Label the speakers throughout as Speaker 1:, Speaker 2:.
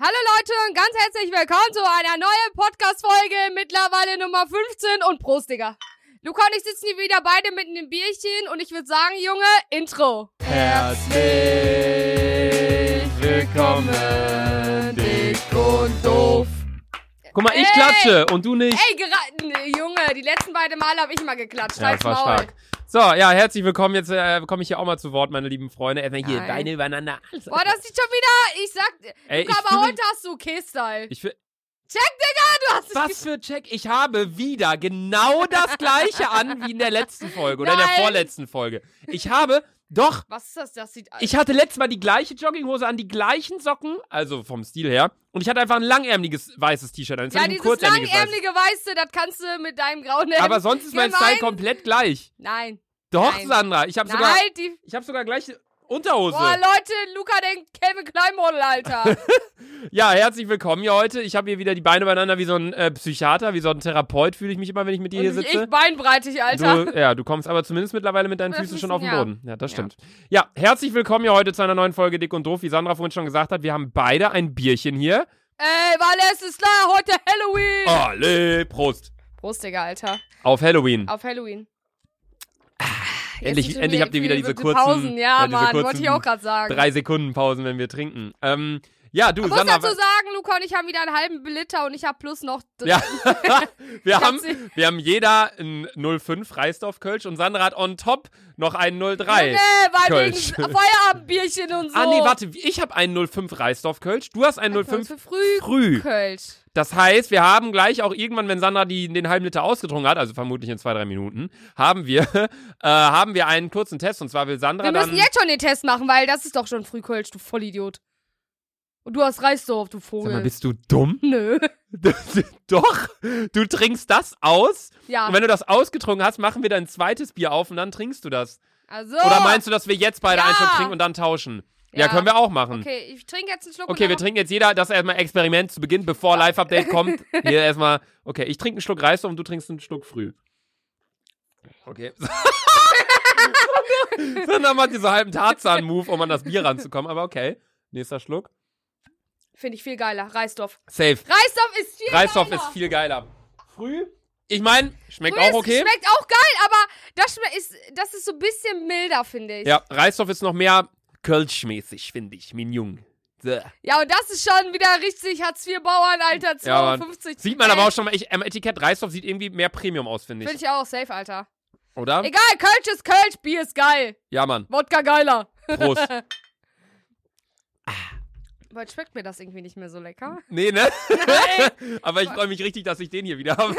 Speaker 1: Hallo Leute und ganz herzlich willkommen zu einer neuen Podcast-Folge, mittlerweile Nummer 15 und Prost, Digga. Luca und ich sitzen hier wieder beide mitten im Bierchen und ich würde sagen, Junge, Intro.
Speaker 2: Herzlich willkommen, dick und doof.
Speaker 3: Guck mal, ich
Speaker 1: Ey!
Speaker 3: klatsche und du nicht.
Speaker 1: Ey, gerade, nee, Junge, die letzten beiden Male habe ich mal geklatscht.
Speaker 3: ja,
Speaker 1: Halt's
Speaker 3: das war
Speaker 1: Maul.
Speaker 3: stark. So, ja, herzlich willkommen. Jetzt äh, komme ich hier auch mal zu Wort, meine lieben Freunde. Erstmal hier,
Speaker 1: Nein.
Speaker 3: Beine übereinander. Alles
Speaker 1: Boah, das sieht schon wieder, ich sag,
Speaker 3: Ey, ich
Speaker 1: Luca, aber
Speaker 3: fühl mich-
Speaker 1: heute hast du K-Style.
Speaker 3: ich fühl-
Speaker 1: Du hast es
Speaker 3: was für Check? Ich habe wieder genau das gleiche an wie in der letzten Folge oder in
Speaker 1: Nein.
Speaker 3: der vorletzten Folge. Ich habe, doch,
Speaker 1: Was ist das? Das sieht.
Speaker 3: ich hatte letztes Mal die gleiche Jogginghose an, die gleichen Socken, also vom Stil her. Und ich hatte einfach ein langärmeliges weißes T-Shirt an. Jetzt
Speaker 1: ja,
Speaker 3: habe ich ein
Speaker 1: dieses
Speaker 3: kurzärmeliges weißes.
Speaker 1: langärmelige Weiße, das kannst du mit deinem grauen Hemd.
Speaker 3: Aber sonst ist mein
Speaker 1: Gemein.
Speaker 3: Style komplett gleich.
Speaker 1: Nein.
Speaker 3: Doch,
Speaker 1: Nein.
Speaker 3: Sandra, ich habe sogar,
Speaker 1: Nein, die.
Speaker 3: ich habe sogar gleiche Unterhose.
Speaker 1: Boah, Leute, Luca denkt Calvin Klein Model, Alter.
Speaker 3: Ja, herzlich willkommen hier heute. Ich habe hier wieder die Beine beieinander wie so ein äh, Psychiater, wie so ein Therapeut fühle ich mich immer, wenn ich mit dir hier
Speaker 1: Und ich
Speaker 3: sitze.
Speaker 1: beinbreitig, Alter.
Speaker 3: Du, ja, du kommst aber zumindest mittlerweile mit deinen
Speaker 1: Das
Speaker 3: Füßen
Speaker 1: ist-
Speaker 3: schon auf den
Speaker 1: ja.
Speaker 3: Boden. Ja, das
Speaker 1: Ja.
Speaker 3: stimmt. Ja. herzlich willkommen hier heute zu einer neuen Folge Dick und Doof. Wie Sandra vorhin schon gesagt hat, wir haben beide ein Bierchen hier.
Speaker 1: Ey, weil es ist klar, heute Halloween.
Speaker 3: Alle, Prost.
Speaker 1: Prost, Digga, Alter.
Speaker 3: Auf Halloween.
Speaker 1: Auf Halloween. Ah,
Speaker 3: endlich
Speaker 1: Jetzt tut
Speaker 3: endlich
Speaker 1: mir-
Speaker 3: habt ihr
Speaker 1: tut
Speaker 3: wieder
Speaker 1: mir
Speaker 3: diese
Speaker 1: die
Speaker 3: kurzen,
Speaker 1: Pausen. Ja,
Speaker 3: diese
Speaker 1: Mann,
Speaker 3: kurzen
Speaker 1: wollte ich auch gerade sagen.
Speaker 3: drei Sekunden Pausen, wenn wir trinken. Ähm, ja, du,
Speaker 1: ich muss
Speaker 3: Sandra.
Speaker 1: dazu sagen, Luca und ich haben wieder einen halben Liter und ich habe plus noch. dr-
Speaker 3: Ja, wir
Speaker 1: Ich
Speaker 3: haben,
Speaker 1: hab's nicht-
Speaker 3: wir haben jeder ein 05 Reisdorf-Kölsch und Sandra hat on top noch einen 03.
Speaker 1: Junge, weil
Speaker 3: Kölsch.
Speaker 1: wegen Feierabendbierchen und so.
Speaker 3: Ah, nee, warte, ich habe einen 05 Reisdorf-Kölsch, du hast einen 05
Speaker 1: Für früh.
Speaker 3: früh.
Speaker 1: Kölsch.
Speaker 3: Das heißt, wir haben gleich auch irgendwann, wenn Sandra die, den halben Liter ausgetrunken hat, also vermutlich in zwei, drei Minuten, haben wir, äh, haben wir einen kurzen Test und zwar will Sandra
Speaker 1: Wir
Speaker 3: dann.
Speaker 1: müssen jetzt schon den Test machen, weil das ist doch schon Frühkölsch, du Vollidiot. Und du hast Reisdorf, du
Speaker 3: Sag mal,
Speaker 1: Vogel.
Speaker 3: bist du dumm?
Speaker 1: Nö.
Speaker 3: Doch, du trinkst das aus
Speaker 1: Ja,
Speaker 3: und wenn du das ausgetrunken hast, machen wir dein zweites Bier auf und dann trinkst du das.
Speaker 1: also.
Speaker 3: Oder meinst du, dass wir jetzt beide
Speaker 1: Ja.
Speaker 3: einen Schluck trinken und dann tauschen? Ja,
Speaker 1: Ja.
Speaker 3: können wir auch machen. Okay,
Speaker 1: Okay, ich trinke jetzt einen Schluck.
Speaker 3: wir trinken jetzt jeder das erstmal Experiment zu Beginn, bevor Live-Update kommt. Hier erstmal, okay, ich trinke einen Schluck Reisdorf und du trinkst einen Schluck früh. Okay. Dann macht ihr so halben Tarzan-Move, um an das Bier ranzukommen, aber okay. Nächster Schluck.
Speaker 1: Finde ich viel geiler. Reisdorf.
Speaker 3: Safe.
Speaker 1: Reisdorf ist viel
Speaker 3: Reisdorf
Speaker 1: geiler.
Speaker 3: ist viel geiler. Früh? Ich meine, schmeckt
Speaker 1: Früh
Speaker 3: auch okay.
Speaker 1: Ist, schmeckt auch geil, aber das, schme ist, das ist so ein bisschen milder, finde ich.
Speaker 3: ja, Reisdorf ist noch mehr Kölschmäßig, finde ich, mein Jung. So.
Speaker 1: Ja, und das ist schon wieder richtig Hartz IV Bauern, Alter,
Speaker 3: Ja, Mann.
Speaker 1: 250.
Speaker 3: Sieht man aber
Speaker 1: Ey,
Speaker 3: auch schon mal, ich, am Etikett Reisdorf sieht irgendwie mehr Premium aus, finde
Speaker 1: Finde
Speaker 3: ich.
Speaker 1: ich auch safe, Alter.
Speaker 3: Oder?
Speaker 1: Egal, Kölsch ist Kölsch, Bier ist geil.
Speaker 3: Ja, Mann.
Speaker 1: Wodka geiler.
Speaker 3: Prost.
Speaker 1: Aber jetzt schmeckt mir das irgendwie nicht mehr so lecker.
Speaker 3: nee, ne? aber ich freue mich richtig, dass ich den hier wieder habe.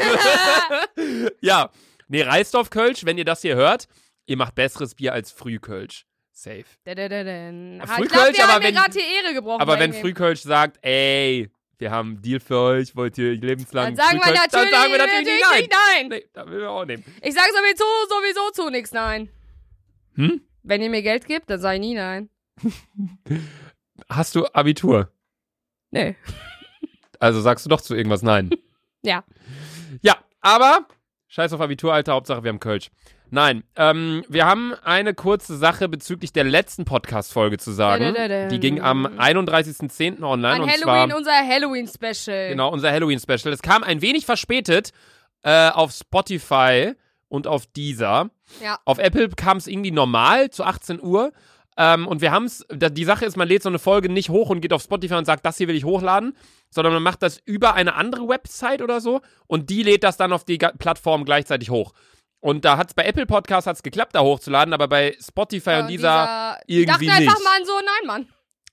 Speaker 3: ja. Nee, Reisdorf-Kölsch, wenn ihr das hier hört, ihr macht besseres Bier als Frühkölsch. Safe.
Speaker 1: Dadadadadin.
Speaker 3: Frühkölsch,
Speaker 1: ich glaube, wir
Speaker 3: aber
Speaker 1: haben mir
Speaker 3: wenn-
Speaker 1: gerade die Ehre gebrochen.
Speaker 3: Aber
Speaker 1: bei
Speaker 3: wenn
Speaker 1: dem.
Speaker 3: Frühkölsch sagt, ey, wir haben einen Deal für euch, wollt ihr lebenslang
Speaker 1: dann sagen wir
Speaker 3: Frühkölsch,
Speaker 1: natürlich,
Speaker 3: dann sagen wir natürlich, nein.
Speaker 1: nicht nein.
Speaker 3: Nee, da will wir auch nehmen.
Speaker 1: Ich sage sowieso, sowieso zu nichts nein.
Speaker 3: Hm?
Speaker 1: Wenn ihr mir Geld gebt, dann sage ich nie nein.
Speaker 3: Hast du Abitur?
Speaker 1: Nee.
Speaker 3: Also sagst du doch zu irgendwas nein.
Speaker 1: Ja.
Speaker 3: Ja, aber scheiß auf Abitur, Alter, Hauptsache wir haben Kölsch. Nein, ähm, wir haben eine kurze Sache bezüglich der letzten Podcast-Folge zu sagen.
Speaker 1: Dadadadam.
Speaker 3: Die ging am 31.10. online
Speaker 1: An
Speaker 3: und
Speaker 1: Halloween,
Speaker 3: zwar
Speaker 1: unser Halloween-Special.
Speaker 3: genau, unser Halloween-Special. Es kam ein wenig verspätet äh, auf Spotify und auf Deezer.
Speaker 1: Ja.
Speaker 3: Auf Apple kam es irgendwie normal zu 18 Uhr. Ähm, und wir haben es, die Sache ist, man lädt so eine Folge nicht hoch und geht auf Spotify und sagt, das hier will ich hochladen, sondern man macht das über eine andere Website oder so und die lädt das dann auf die ga- Plattform gleichzeitig hoch. Und da hat es bei Apple Podcasts hat's geklappt, da hochzuladen, aber bei Spotify
Speaker 1: Ja,
Speaker 3: und dieser,
Speaker 1: die
Speaker 3: irgendwie
Speaker 1: dachten einfach
Speaker 3: nicht.
Speaker 1: mal an so, nein,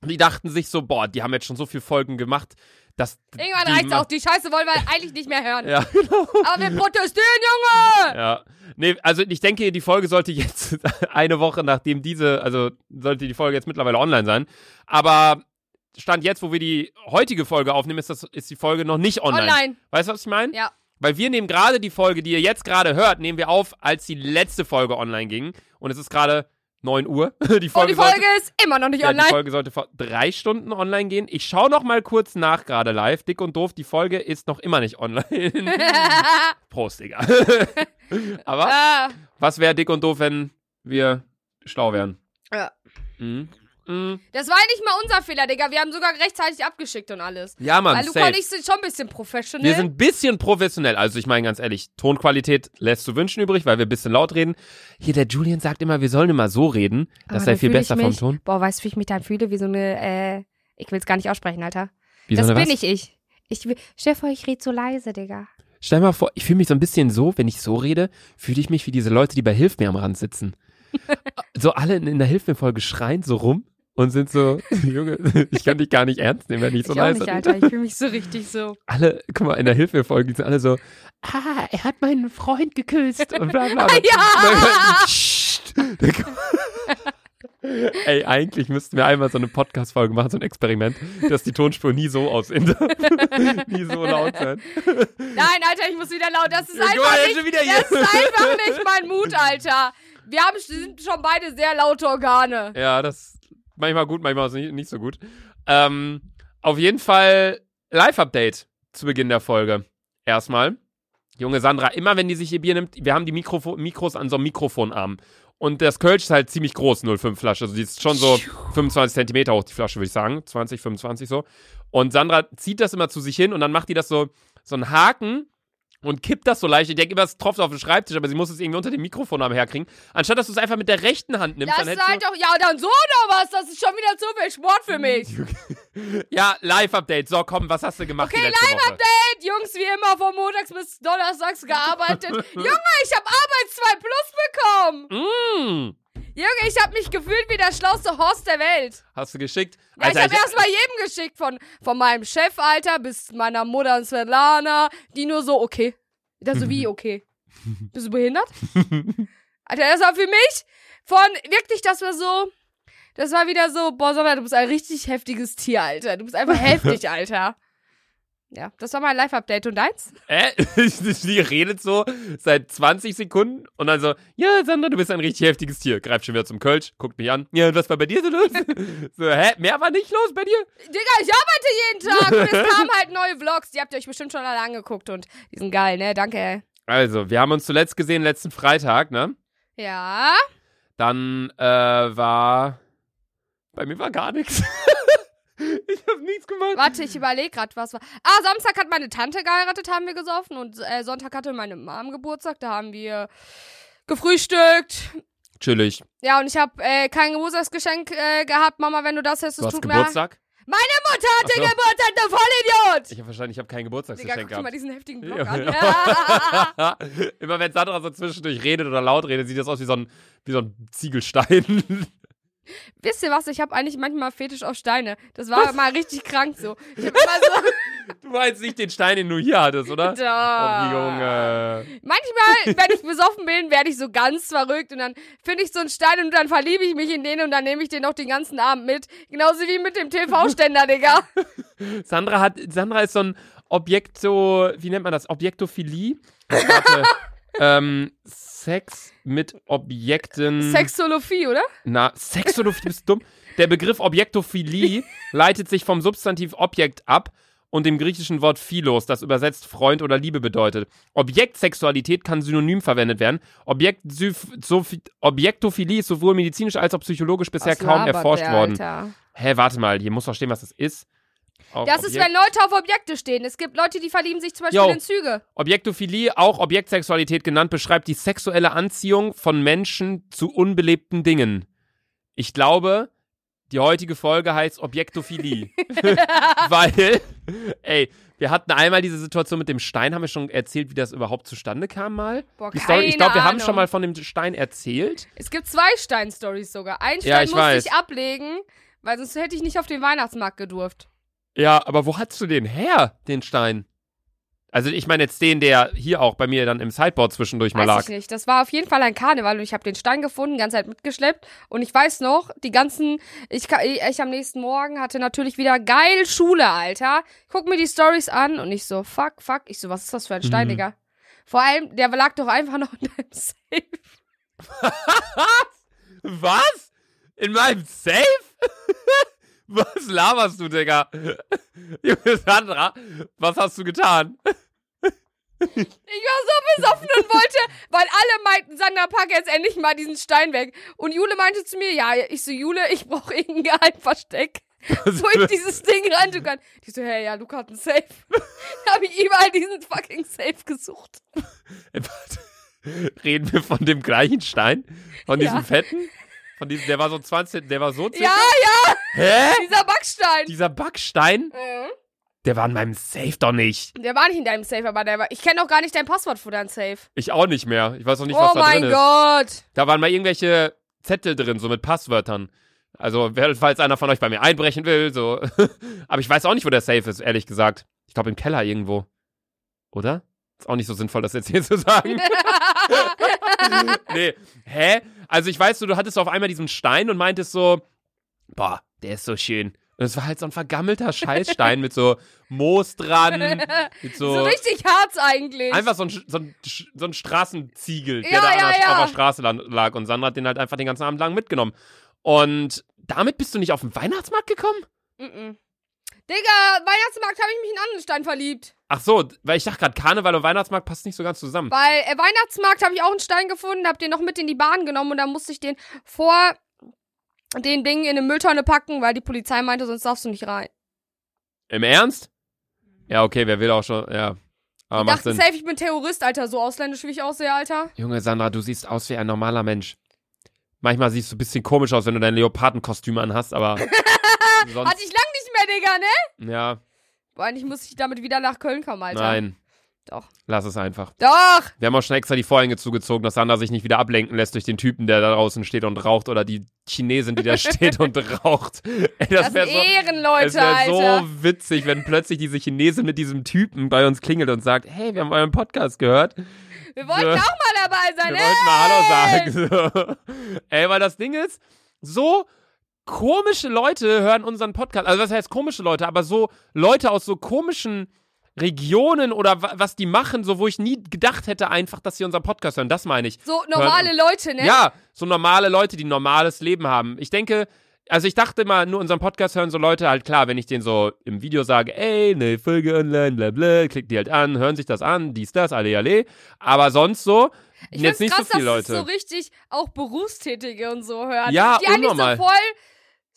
Speaker 1: Mann.
Speaker 3: die dachten sich so, boah, die haben jetzt schon so viele Folgen gemacht, dass.
Speaker 1: Irgendwann
Speaker 3: die
Speaker 1: reicht's
Speaker 3: ma-
Speaker 1: auch. Die Scheiße wollen wir eigentlich nicht mehr hören.
Speaker 3: Ja,
Speaker 1: Aber wir protestieren, Junge!
Speaker 3: Ja. Nee, also ich denke, die Folge sollte jetzt eine Woche nachdem diese, also sollte die Folge jetzt mittlerweile online sein. Aber Stand jetzt, wo wir die heutige Folge aufnehmen, ist, das, ist die Folge noch nicht online.
Speaker 1: Online.
Speaker 3: Weißt du, was ich meine?
Speaker 1: Ja.
Speaker 3: Weil wir nehmen gerade die Folge, die ihr jetzt gerade hört, nehmen wir auf, als die letzte Folge online ging. Und es ist gerade 9 Uhr. Die
Speaker 1: Und
Speaker 3: Folge,
Speaker 1: Oh, die Folge
Speaker 3: sollte,
Speaker 1: ist immer noch nicht
Speaker 3: ja, die
Speaker 1: online.
Speaker 3: Folge sollte vor drei Stunden online gehen. Ich schaue noch mal kurz nach, gerade live. Dick und doof, die Folge ist noch immer nicht online. Prost, Digga. Aber
Speaker 1: Ah,
Speaker 3: was wäre dick und doof, wenn wir schlau wären?
Speaker 1: Ja.
Speaker 3: Mhm. Mm.
Speaker 1: Das war nicht mal unser Fehler, Digga. Wir haben sogar rechtzeitig abgeschickt und alles.
Speaker 3: Ja, Mann,
Speaker 1: Weil Luca
Speaker 3: safe.
Speaker 1: und ich sind schon ein bisschen professional.
Speaker 3: Wir sind ein bisschen professionell. Also ich meine ganz ehrlich, Tonqualität lässt zu wünschen übrig, weil wir ein bisschen laut reden. Hier, der Julian sagt immer, wir sollen immer so reden. Das sei viel besser
Speaker 1: ich
Speaker 3: vom
Speaker 1: mich,
Speaker 3: Ton.
Speaker 1: Boah, weißt du, wie ich mich dann fühle? Wie so eine, äh, ich will's gar nicht aussprechen, Alter.
Speaker 3: Wie
Speaker 1: das
Speaker 3: so eine
Speaker 1: bin
Speaker 3: was?
Speaker 1: ich ich. Ich will, stell vor, ich rede so leise, Digga.
Speaker 3: Stell mal vor, ich fühle mich so ein bisschen so, wenn ich so rede, fühle ich mich wie diese Leute, die bei Hilf mir am Rand sitzen. so alle in, in der Hilf mir Folge schreien so rum und sind so, Junge, ich kann dich gar nicht ernst nehmen, wenn ich so
Speaker 1: ich auch
Speaker 3: leise
Speaker 1: nicht,
Speaker 3: rede.
Speaker 1: Alter. Ich fühle mich so richtig so.
Speaker 3: Alle, guck mal, in der Hilf mir Folge die sind alle so, ah, er hat meinen Freund geküsst und bla bla. bla.
Speaker 1: Ah, Ja!
Speaker 3: Psst. Ey, eigentlich müssten wir einmal so eine Podcast-Folge machen, so ein Experiment, dass die Tonspur nie so aussehen darf. nie so laut sein.
Speaker 1: Nein, Alter, ich muss wieder laut. Das ist
Speaker 3: Ja, guck mal,
Speaker 1: einfach
Speaker 3: er ist
Speaker 1: nicht,
Speaker 3: schon wieder hier.
Speaker 1: das ist einfach nicht mein Mut, Alter. Wir haben, sind schon beide sehr laute Organe.
Speaker 3: Ja, das manchmal gut, manchmal ist nicht, nicht so gut. Ähm, auf jeden Fall Live-Update zu Beginn der Folge. Erstmal. Junge Sandra, immer wenn die sich ihr Bier nimmt, wir haben die Mikrofo Mikros an so einem Mikrofonarm. Und das Kölsch ist halt ziemlich groß, 0,5 Flasche. Also die ist schon so 25 Zentimeter hoch, die Flasche, würde ich sagen. 20, 25 so. Und Sandra zieht das immer zu sich hin und dann macht die das so, so einen Haken und kippt das so leicht. Ich denke immer, es tropft auf den Schreibtisch, aber sie muss es irgendwie unter dem Mikrofonarm herkriegen. Anstatt, dass du es einfach mit der rechten Hand nimmst,
Speaker 1: Das
Speaker 3: dann
Speaker 1: ist
Speaker 3: hättest du...
Speaker 1: halt doch, ja, dann so noch was. Das ist schon wieder zu viel Sport für
Speaker 3: Mhm.
Speaker 1: mich.
Speaker 3: Ja, Live-Update. So, komm, was hast du gemacht?
Speaker 1: Okay,
Speaker 3: die letzte Woche?
Speaker 1: Arbeit, Jungs, wie immer von montags bis donnerstags gearbeitet. Junge, ich habe Arbeit 2 plus bekommen.
Speaker 3: Mm,
Speaker 1: Junge, ich habe mich gefühlt wie der schlauste Horst der Welt.
Speaker 3: hast du geschickt?
Speaker 1: Ja, ich habe erstmal jedem geschickt, von, von meinem Chef, Alter, bis meiner Mutter und Svetlana, die nur so, okay. Das so wie, okay. Bist du behindert? Alter, das war für mich von, wirklich, das war so, das war wieder so, boah, Sommer, du bist ein richtig heftiges Tier, Alter. Du bist einfach heftig, Alter. Ja, das war mein Live-Update und deins?
Speaker 3: äh, die redet so seit 20 Sekunden und dann so, ja, Sandra, du bist ein richtig heftiges Tier. Greift schon wieder zum Kölsch, guckt mich an. Ja, und was war bei dir so los? so, hä, mehr war nicht los bei dir?
Speaker 1: Digga, ich arbeite jeden Tag und es kamen halt neue Vlogs. Die habt ihr euch bestimmt schon alle angeguckt und die sind geil, ne? Danke, ey.
Speaker 3: Also, wir haben uns zuletzt gesehen, letzten Freitag, ne?
Speaker 1: Ja.
Speaker 3: Dann äh, war, bei mir war gar nichts. ich habe nichts gemacht.
Speaker 1: Warte, ich überlege gerade, was war. Ah, Samstag hat meine Tante geheiratet, haben wir gesoffen. Und äh, Sonntag hatte meine Mom Geburtstag, da haben wir gefrühstückt.
Speaker 3: Chillig.
Speaker 1: Ja, und ich habe äh, kein Geburtstagsgeschenk äh, gehabt. Mama, wenn du das hörst,
Speaker 3: Du
Speaker 1: es
Speaker 3: hast
Speaker 1: tut mir leid.
Speaker 3: Geburtstag?
Speaker 1: Meine Mutter hatte
Speaker 3: Ach so.
Speaker 1: Geburtstag, du Vollidiot!
Speaker 3: Ich habe verstanden, ich habe kein
Speaker 1: Digga, guck
Speaker 3: Geburtstagsgeschenk
Speaker 1: dir
Speaker 3: gehabt.
Speaker 1: mal diesen heftigen Block
Speaker 3: Ja,
Speaker 1: an.
Speaker 3: Immer wenn Sandra so zwischendurch redet oder laut redet, sieht das aus wie so ein, wie so ein Ziegelstein.
Speaker 1: Wisst ihr was? Ich habe eigentlich manchmal Fetisch auf Steine. Das war mal richtig krank so. Ich hab immer so
Speaker 3: Du meinst nicht den Stein, den du hier hattest, oder?
Speaker 1: Da.
Speaker 3: Oh, Junge.
Speaker 1: Manchmal, wenn ich besoffen bin, werde ich so ganz verrückt und dann finde ich so einen Stein und dann verliebe ich mich in den und dann nehme ich den auch den ganzen Abend mit. Genauso wie mit dem TV-Ständer, Digga.
Speaker 3: Sandra, hat, Sandra ist so ein Objekto, wie nennt man das? Objektophilie? Warte. ähm, Sex mit Objekten.
Speaker 1: Sexolophie, oder?
Speaker 3: Na, Sexolophilie, bist du dumm? Der Begriff Objektophilie leitet sich vom Substantiv Objekt ab und dem griechischen Wort Philos, das übersetzt Freund oder Liebe bedeutet. Objektsexualität kann synonym verwendet werden. Objekt Objektophilie ist sowohl medizinisch als auch psychologisch bisher
Speaker 1: Was
Speaker 3: kaum
Speaker 1: labert
Speaker 3: erforscht
Speaker 1: der,
Speaker 3: worden.
Speaker 1: Alter?
Speaker 3: Hä, warte mal, hier muss doch stehen, was das ist. Auch
Speaker 1: Das ist,
Speaker 3: Objekt
Speaker 1: wenn Leute auf Objekte stehen. Es gibt Leute, die verlieben sich zum Beispiel
Speaker 3: Jo.
Speaker 1: in Züge.
Speaker 3: Objektophilie, auch Objektsexualität genannt, beschreibt die sexuelle Anziehung von Menschen zu unbelebten Dingen. Ich glaube, die heutige Folge heißt Objektophilie. Weil, ey, wir hatten einmal diese Situation mit dem Stein, haben wir schon erzählt, wie das überhaupt zustande kam mal?
Speaker 1: Boah,
Speaker 3: Die Story, ich glaube, wir haben
Speaker 1: Oh, Ahnung.
Speaker 3: schon mal von dem Stein erzählt.
Speaker 1: Es gibt zwei Stein-Stories sogar. Ein Stein
Speaker 3: Ja, ich
Speaker 1: musste
Speaker 3: weiß.
Speaker 1: ich ablegen, weil sonst hätte ich nicht auf den Weihnachtsmarkt gedurft.
Speaker 3: Ja, aber wo hast du den her, den Stein? Also ich meine jetzt den, der hier auch bei mir dann im Sideboard zwischendurch mal
Speaker 1: Weiß
Speaker 3: lag.
Speaker 1: ich nicht. Das war auf jeden Fall ein Karneval und ich habe den Stein gefunden, die ganze Zeit mitgeschleppt. Und ich weiß noch, die ganzen, ich, ka- ich, ich am nächsten Morgen hatte natürlich wieder geil Schule, Alter. Guck mir die Stories an und ich so, fuck, fuck. Ich so, was ist das für ein Stein,
Speaker 3: Mhm.
Speaker 1: Digga? Vor allem, der lag doch einfach noch in deinem Safe.
Speaker 3: Was? In meinem Safe? Was laberst du, Digga? Junge Sandra, was hast du getan?
Speaker 1: Ich war so besoffen und wollte, weil alle meinten, Sander, pack jetzt endlich mal diesen Stein weg. Und Jule meinte zu mir, ja, ich so, Jule, ich brauche irgendein Geheimversteck, wo ich dieses Ding reintun kann. Die so, hey, ja, Luca hat einen Safe. da habe ich überall diesen fucking Safe gesucht.
Speaker 3: Warte. Reden wir von dem gleichen Stein? Von diesem
Speaker 1: Ja.
Speaker 3: fetten? Von diesem, der war so 20, der war so 10.
Speaker 1: Ja, ja,
Speaker 3: Hä?
Speaker 1: dieser Backstein.
Speaker 3: Dieser Backstein,
Speaker 1: Mhm.
Speaker 3: der war in meinem Safe doch nicht.
Speaker 1: Der war nicht in deinem Safe, aber der war. Ich kenne auch gar nicht dein Passwort für dein Safe.
Speaker 3: Ich auch nicht mehr. Ich weiß noch nicht,
Speaker 1: oh
Speaker 3: was da
Speaker 1: mein
Speaker 3: drin ist.
Speaker 1: Gott.
Speaker 3: Da waren mal irgendwelche Zettel drin, so mit Passwörtern. Also, wer- falls einer von euch bei mir einbrechen will, so. Aber ich weiß auch nicht, wo der Safe ist, ehrlich gesagt. Ich glaube, im Keller irgendwo. Oder? Ist auch nicht so sinnvoll, das jetzt hier zu sagen. nee. Hä? Also, ich weiß, so, du hattest auf einmal diesen Stein und meintest so, boah, der ist so schön. Und es war halt so ein vergammelter Scheißstein mit so Moos dran, mit
Speaker 1: so. richtig Harz eigentlich.
Speaker 3: Einfach so ein, Sch- so ein, Sch- so ein Straßenziegel, der
Speaker 1: Ja,
Speaker 3: da
Speaker 1: ja,
Speaker 3: an der,
Speaker 1: ja.
Speaker 3: auf der Straße lan- lag. Und Sandra hat den halt einfach den ganzen Abend lang mitgenommen. Und damit bist du nicht auf den Weihnachtsmarkt gekommen?
Speaker 1: Mhm. Digga, Weihnachtsmarkt habe ich mich in einen anderen Stein verliebt.
Speaker 3: Ach so, weil ich dachte gerade, Karneval und Weihnachtsmarkt passt nicht so ganz zusammen.
Speaker 1: Weil äh, Weihnachtsmarkt habe ich auch einen Stein gefunden, habe den noch mit in die Bahn genommen und dann musste ich den vor den Ding in eine Mülltonne packen, weil die Polizei meinte, sonst darfst du nicht rein.
Speaker 3: Im Ernst? Ja, okay, wer will auch schon, ja. Aber
Speaker 1: ich
Speaker 3: macht
Speaker 1: dachte
Speaker 3: Sinn.
Speaker 1: safe, ich bin Terrorist, Alter. So ausländisch wie ich aussehe, Alter.
Speaker 3: Junge Sandra, du siehst aus wie ein normaler Mensch. Manchmal siehst du ein bisschen komisch aus, wenn du dein Leopardenkostüm anhast, aber sonst,
Speaker 1: Hatte ich lang nicht mehr, Digga, ne?
Speaker 3: ja,
Speaker 1: Boah, eigentlich muss ich damit wieder nach Köln kommen, Alter.
Speaker 3: nein.
Speaker 1: Doch.
Speaker 3: Lass es einfach.
Speaker 1: Doch!
Speaker 3: Wir haben auch schon extra die Vorhänge zugezogen, dass Sandra sich nicht wieder ablenken lässt durch den Typen, der da draußen steht und raucht oder die Chinesin, die da steht und raucht. Ey,
Speaker 1: Das,
Speaker 3: das wäre
Speaker 1: sind
Speaker 3: so,
Speaker 1: Ehrenleute,
Speaker 3: es wär
Speaker 1: Alter.
Speaker 3: so witzig, wenn plötzlich diese Chinesin mit diesem Typen bei uns klingelt und sagt, hey, wir haben euren Podcast gehört. Wir
Speaker 1: Wir wollten auch mal dabei sein, ne?
Speaker 3: wollten mal Hallo sagen. So. Ey, weil das Ding ist, so komische Leute hören unseren Podcast. Also was heißt komische Leute, aber so Leute aus so komischen Regionen oder wa- was die machen, so wo ich nie gedacht hätte einfach, dass sie unseren Podcast hören. Das meine ich.
Speaker 1: So normale Leute, ne?
Speaker 3: Ja, so normale Leute, die ein normales Leben haben. Ich denke, also ich dachte mal, nur unseren Podcast hören so Leute halt klar, wenn ich denen so im Video sage, ey, ne Folge online, bla bla, klickt die halt an, hören sich das an, dies, das, alle, alle. Aber sonst so,
Speaker 1: Ich
Speaker 3: jetzt
Speaker 1: find's
Speaker 3: nicht
Speaker 1: krass,
Speaker 3: so viele
Speaker 1: dass es
Speaker 3: Leute.
Speaker 1: so richtig auch Berufstätige und so hören.
Speaker 3: Ja,
Speaker 1: die eigentlich
Speaker 3: unnormal.
Speaker 1: so voll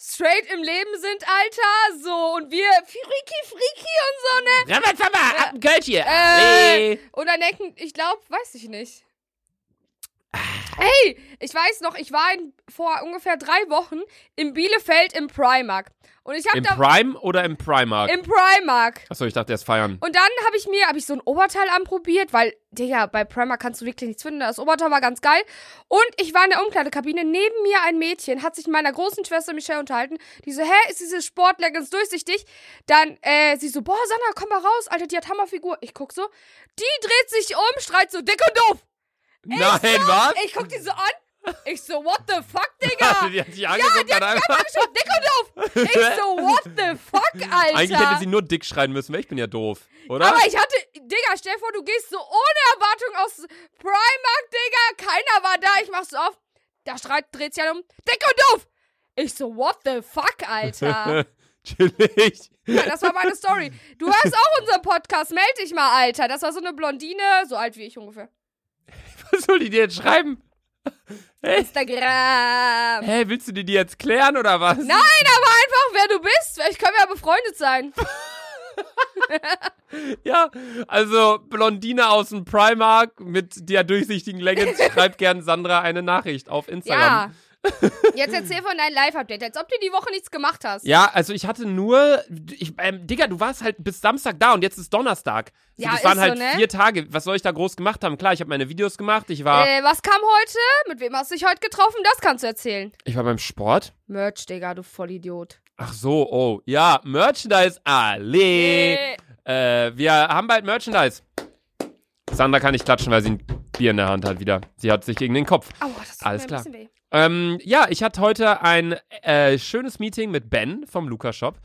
Speaker 1: straight im Leben sind, Alter. So, und wir freaky, freaky und so, ne?
Speaker 3: Ramazamba, ab ein Kölschchen.
Speaker 1: Äh.
Speaker 3: Hey.
Speaker 1: Und dann denken, ich glaube, weiß ich nicht.
Speaker 3: Ah.
Speaker 1: Hey, ich weiß noch, ich war in, vor ungefähr drei Wochen in Bielefeld im Primark. Und ich habe
Speaker 3: Im
Speaker 1: da.
Speaker 3: Prime oder im Primark?
Speaker 1: Im Primark.
Speaker 3: Achso, ich dachte erst feiern.
Speaker 1: Und dann habe ich mir, habe ich so ein Oberteil anprobiert, weil, Digga, bei Primark kannst du wirklich nichts finden. Das Oberteil war ganz geil. Und ich war in der Umkleidekabine, neben mir ein Mädchen, hat sich mit meiner großen Schwester Michelle unterhalten. Die so, hä, ist diese Sportleggings durchsichtig? Dann, äh, sie so, boah, Sanna, komm mal raus, Alter, die hat Hammerfigur. Ich guck so, die dreht sich um, schreit so, dick und doof.
Speaker 3: Nein, was?
Speaker 1: Ich guck die so an. Ich so, what the fuck, Digga?
Speaker 3: die hat sich
Speaker 1: ja,
Speaker 3: angeguckt
Speaker 1: die hat
Speaker 3: und
Speaker 1: mich
Speaker 3: einfach-
Speaker 1: einfach schon dick und doof. Ich so, what the fuck, Alter?
Speaker 3: Eigentlich hätte sie nur dick schreien müssen, weil ich bin ja doof, oder?
Speaker 1: Aber ich hatte, Digga, stell vor, du gehst so ohne Erwartung aus Primark, Digga. Keiner war da. Ich mach's auf. Da schreit, dreht sich einer um. Dick und doof. Ich so, what the fuck, Alter.
Speaker 3: Chillig.
Speaker 1: Ja, das war meine Story. Du hörst auch unseren Podcast. Meld dich mal, Alter. Das war so eine Blondine, so alt wie ich ungefähr.
Speaker 3: Was soll die dir jetzt schreiben?
Speaker 1: Instagram.
Speaker 3: Hä, willst du dir die jetzt klären oder was?
Speaker 1: Nein, aber einfach, wer du bist. Vielleicht können wir ja befreundet sein.
Speaker 3: Ja, also Blondine aus dem Primark mit der durchsichtigen Leggings schreibt gern Sandra eine Nachricht auf
Speaker 1: Ja.
Speaker 3: Instagram.
Speaker 1: Jetzt erzähl von deinem Live-Update, als ob du die Woche nichts gemacht hast.
Speaker 3: Ja, also ich hatte nur, ich, ähm, Digga, du warst halt bis Samstag da und jetzt ist Donnerstag. So,
Speaker 1: Ja,
Speaker 3: das
Speaker 1: ist
Speaker 3: waren
Speaker 1: so,
Speaker 3: halt
Speaker 1: ne?
Speaker 3: vier Tage. Was soll ich da groß gemacht haben? Klar, ich habe meine Videos gemacht. Ich war,
Speaker 1: Äh, was kam heute? Mit wem hast du dich heute getroffen? Das kannst du erzählen.
Speaker 3: ich war beim Sport.
Speaker 1: Merch, Digga, du Vollidiot.
Speaker 3: Ach so, oh, ja, Merchandise Allee. Äh, wir haben bald Merchandise. Sandra kann nicht klatschen, weil sie ein Bier in der Hand hat wieder. Sie hat sich gegen den Kopf.
Speaker 1: Aua, das tut
Speaker 3: Alles
Speaker 1: mir ein
Speaker 3: klar.
Speaker 1: bisschen weh.
Speaker 3: Ähm, ja, ich hatte heute ein äh, schönes Meeting mit Ben vom Luca Shop.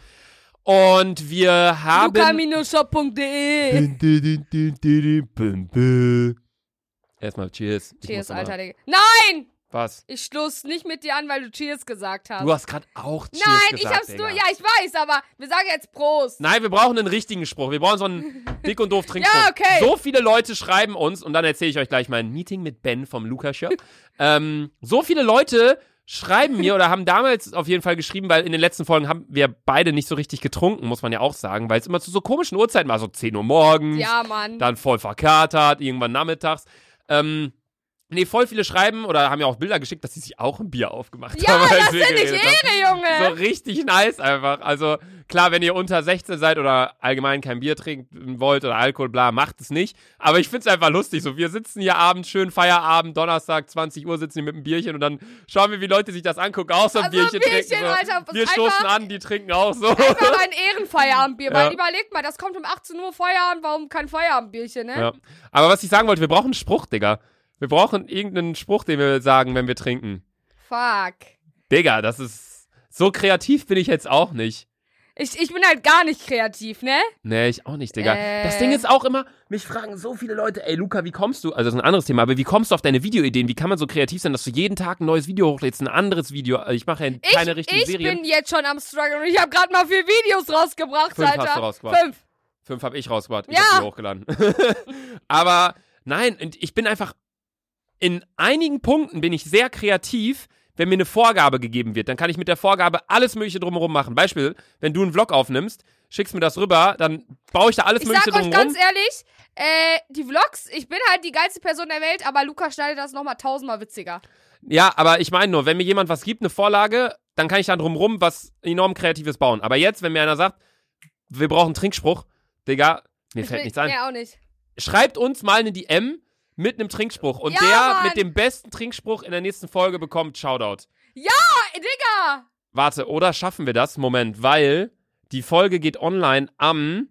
Speaker 3: Und wir haben.
Speaker 1: Luca-shop.de
Speaker 3: Erstmal Cheers. Ich muss
Speaker 1: Cheers,
Speaker 3: aber-
Speaker 1: Alter, Digga. Nein!
Speaker 3: Was?
Speaker 1: Ich schluss nicht mit dir an, weil du Cheers gesagt hast.
Speaker 3: Du hast gerade auch Cheers
Speaker 1: Nein,
Speaker 3: gesagt,
Speaker 1: ich hab's
Speaker 3: Digga.
Speaker 1: nur. Ja, ich weiß, aber wir sagen jetzt Prost.
Speaker 3: Nein, wir brauchen einen richtigen Spruch. Wir brauchen so einen dick und doof Trinkspruch.
Speaker 1: Ja, okay.
Speaker 3: So viele Leute schreiben uns, und dann erzähle ich euch gleich mein Meeting mit Ben vom Lukas Shop. ähm, so viele Leute schreiben mir oder haben damals auf jeden Fall geschrieben, weil in den letzten Folgen haben wir beide nicht so richtig getrunken, muss man ja auch sagen, weil es immer zu so komischen Uhrzeiten war, so 10 Uhr morgens,
Speaker 1: Ja, Mann.
Speaker 3: dann voll verkatert, irgendwann nachmittags. Ähm, nee, voll viele schreiben oder haben ja auch Bilder geschickt, dass sie sich auch ein Bier aufgemacht
Speaker 1: ja,
Speaker 3: haben.
Speaker 1: das
Speaker 3: als wir
Speaker 1: finde ich
Speaker 3: geredet haben.
Speaker 1: Ehre,
Speaker 3: So
Speaker 1: Junge.
Speaker 3: richtig nice einfach. Also klar, wenn ihr unter 16 seid oder allgemein kein Bier trinken wollt oder Alkohol, bla, macht es nicht. Aber ich find's einfach lustig. So, wir sitzen hier abends, schön Feierabend, Donnerstag, 20 Uhr sitzen wir mit einem Bierchen und dann schauen wir, wie Leute sich das angucken, auch so ein
Speaker 1: Also ein
Speaker 3: Bierchen,
Speaker 1: Bierchen,
Speaker 3: trinken. So.
Speaker 1: Alter,
Speaker 3: wir
Speaker 1: einfach-
Speaker 3: stoßen an, die trinken auch so.
Speaker 1: Einfach ein Ehrenfeierabendbier.
Speaker 3: Ja.
Speaker 1: Weil überleg mal, das kommt um 18 Uhr Feierabend, warum kein Feierabendbierchen, ne?
Speaker 3: Ja. Aber was ich sagen wollte, wir brauchen einen Spruch, Digga. Wir brauchen irgendeinen Spruch, den wir sagen, wenn wir trinken.
Speaker 1: Fuck.
Speaker 3: Digga, das ist. So kreativ bin ich jetzt auch nicht.
Speaker 1: Ich, ich bin halt gar nicht kreativ, ne?
Speaker 3: Nee, ich auch nicht, Digga.
Speaker 1: Äh.
Speaker 3: Das Ding ist auch immer, mich fragen so viele Leute, ey Luca, wie kommst du, also das ist ein anderes Thema, aber wie kommst du auf deine Videoideen? Wie kann man so kreativ sein, dass du jeden Tag ein neues Video hochlädst, ein anderes Video? Also ich mache ja
Speaker 1: Ich,
Speaker 3: keine richtigen
Speaker 1: ich
Speaker 3: Serien.
Speaker 1: bin jetzt schon am Struggle und ich habe gerade mal vier Videos rausgebracht,
Speaker 3: Fünf hast
Speaker 1: Alter.
Speaker 3: du rausgebracht.
Speaker 1: Fünf.
Speaker 3: Fünf habe ich rausgebracht, ich
Speaker 1: Ja.
Speaker 3: hab die hochgeladen. aber nein, und ich bin einfach, in einigen Punkten bin ich sehr kreativ, wenn mir eine Vorgabe gegeben wird. Dann kann ich mit der Vorgabe alles mögliche drumherum machen. Beispiel, wenn du einen Vlog aufnimmst, schickst mir das rüber, dann baue ich da alles
Speaker 1: Ich
Speaker 3: mögliche
Speaker 1: sag euch
Speaker 3: drumherum.
Speaker 1: ganz ehrlich, äh, die Vlogs, ich bin halt die geilste Person der Welt, aber Luca schneidet das nochmal tausendmal witziger.
Speaker 3: Ja, aber ich meine nur, wenn mir jemand was gibt, eine Vorlage, dann kann ich dann drumrum was enorm Kreatives bauen. Aber jetzt, wenn mir einer sagt, wir brauchen einen Trinkspruch, Digga, mir
Speaker 1: Ich
Speaker 3: fällt
Speaker 1: bin-
Speaker 3: nichts ein.
Speaker 1: Nee, auch nicht.
Speaker 3: Schreibt uns mal eine DM mit einem Trinkspruch. Und
Speaker 1: Ja,
Speaker 3: der
Speaker 1: Mann.
Speaker 3: mit dem besten Trinkspruch in der nächsten Folge bekommt Shoutout.
Speaker 1: Ey, Digga!
Speaker 3: Warte, oder schaffen wir das? Moment, weil die Folge geht online am,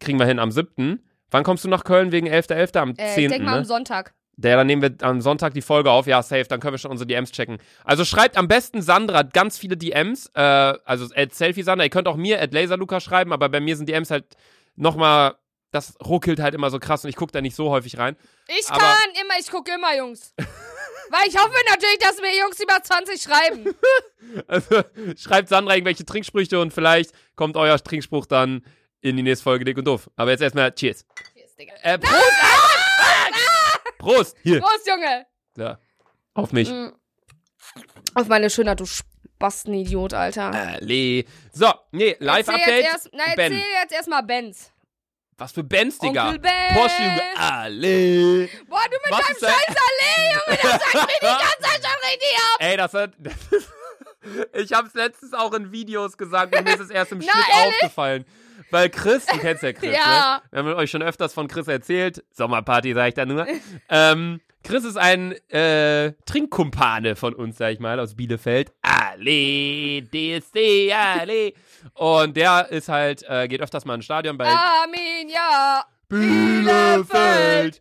Speaker 3: kriegen wir hin, am 7. Wann kommst du nach Köln wegen 11.11.? Am
Speaker 1: Äh,
Speaker 3: 10.
Speaker 1: ich denk mal
Speaker 3: ne?
Speaker 1: am Sonntag.
Speaker 3: Der, dann nehmen wir am Sonntag die Folge auf. Ja, safe. Dann können wir schon unsere DMs checken. Also schreibt am besten Sandra ganz viele DMs. Äh, also at Selfie Sandra. Ihr könnt auch mir at LaserLuca schreiben, aber bei mir sind DMs halt nochmal. Das ruckelt halt immer so krass und ich gucke da nicht so häufig rein.
Speaker 1: Ich
Speaker 3: Aber-
Speaker 1: kann immer, ich gucke immer, Jungs. Weil ich hoffe natürlich, dass mir Jungs über 20 schreiben.
Speaker 3: Also schreibt Sandra irgendwelche Trinksprüche und vielleicht kommt euer Trinkspruch dann in die nächste Folge dick und doof. Aber jetzt erstmal Cheers.
Speaker 1: Cheers, Digga.
Speaker 3: Äh, Prost! Ah, Prost! Hier.
Speaker 1: Prost, Junge!
Speaker 3: Ja. Auf mich.
Speaker 1: Mhm. Auf meine Schönheit, du Spastenidiot, Alter.
Speaker 3: Allee. So, nee,
Speaker 1: Erzähl jetzt
Speaker 3: Äh, Live-Update.
Speaker 1: erst- Na,
Speaker 3: Ben.
Speaker 1: erzähl jetzt erstmal Benz.
Speaker 3: Was für Bands, Digga.
Speaker 1: Onkel Ben.
Speaker 3: Porsche, Allee.
Speaker 1: Boah, du mit
Speaker 3: Was
Speaker 1: deinem
Speaker 3: ist
Speaker 1: scheiß
Speaker 3: das?
Speaker 1: Allee, Junge, das sagt mir die ganze Zeit schon richtig ab.
Speaker 3: Ey, das hat. Das ist, ich hab's letztens auch in Videos gesagt und mir ist es erst im
Speaker 1: Na,
Speaker 3: Schnitt
Speaker 1: ehrlich?
Speaker 3: aufgefallen. Weil Chris, du kennst ja Chris,
Speaker 1: Ja.
Speaker 3: ne? Wir haben euch schon öfters von Chris erzählt. Sommerparty, sag ich da nur. Ähm, Chris ist ein äh, Trinkkumpane von uns, sag ich mal, aus Bielefeld. Allee, DSD, Allee. Und der ist halt, äh, geht öfters mal ins Stadion
Speaker 1: Ah.
Speaker 3: bei
Speaker 1: Armin, ja.
Speaker 3: Bielefeld.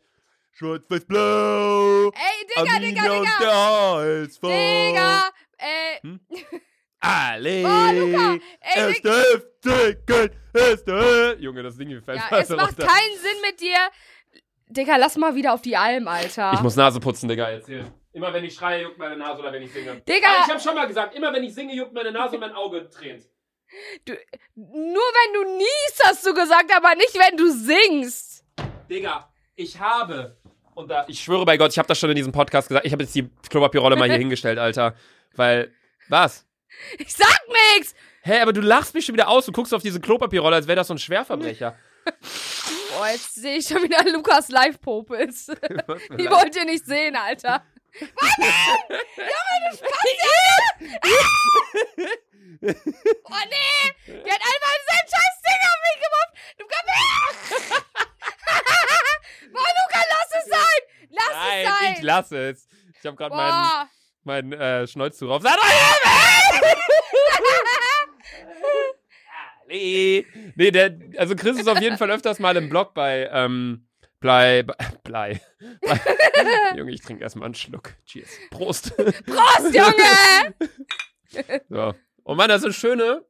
Speaker 3: Schwarz-Weiß-Blau.
Speaker 1: Ey, Digga, Digga,
Speaker 3: Arminia und
Speaker 1: Digga.
Speaker 3: der HSV.
Speaker 1: Digga. Äh,
Speaker 3: Hm? Alle.
Speaker 1: Oh, Luca, ey,
Speaker 3: erste FC Köln, erste. Junge, das Ding gefällt
Speaker 1: ja, es macht keinen Sinn mit dir. Digga, lass mal wieder auf die Alm, Alter.
Speaker 3: Ich muss Nase putzen, Digga, erzähl. Immer wenn ich schreie, juckt meine Nase oder wenn ich singe.
Speaker 1: Digga.
Speaker 3: Aber ich hab schon mal gesagt, immer wenn ich singe, juckt meine Nase und mein Auge tränt.
Speaker 1: Nur wenn du niest, hast du gesagt, aber nicht, wenn du singst.
Speaker 3: Digga, ich habe. Und da, ich schwöre bei Gott, ich habe das schon in diesem Podcast gesagt. Ich habe jetzt die Klopapierrolle mal hier hingestellt, Alter. Weil, was?
Speaker 1: Ich sag nix.
Speaker 3: Hä, aber du lachst mich schon wieder aus und guckst auf diese Klopapierrolle, als wäre das so ein Schwerverbrecher.
Speaker 1: Boah, jetzt sehe ich schon wieder Lukas Live-Popels. Die wollt ihr nicht sehen, Alter. Warte! Junge, du Spatze! Ah! oh nee! Die hat einfach seinen scheiß Ding auf mich gemacht! Du kommst. Boah, Luca, lass es sein! Lass
Speaker 3: Nein,
Speaker 1: es sein!
Speaker 3: ich lasse es. Ich habe gerade meinen
Speaker 1: Boah!
Speaker 3: mein äh, Schnolz zu rauf. Sandra, Hilfe! nee, nee der, also Chris ist auf jeden Fall öfters mal im Blog bei, ähm, Blei, bei- Blei. Bei, Junge, ich trinke erstmal einen Schluck. Cheers. Prost.
Speaker 1: Prost, Junge!
Speaker 3: so. Und Mann, das ist schöne.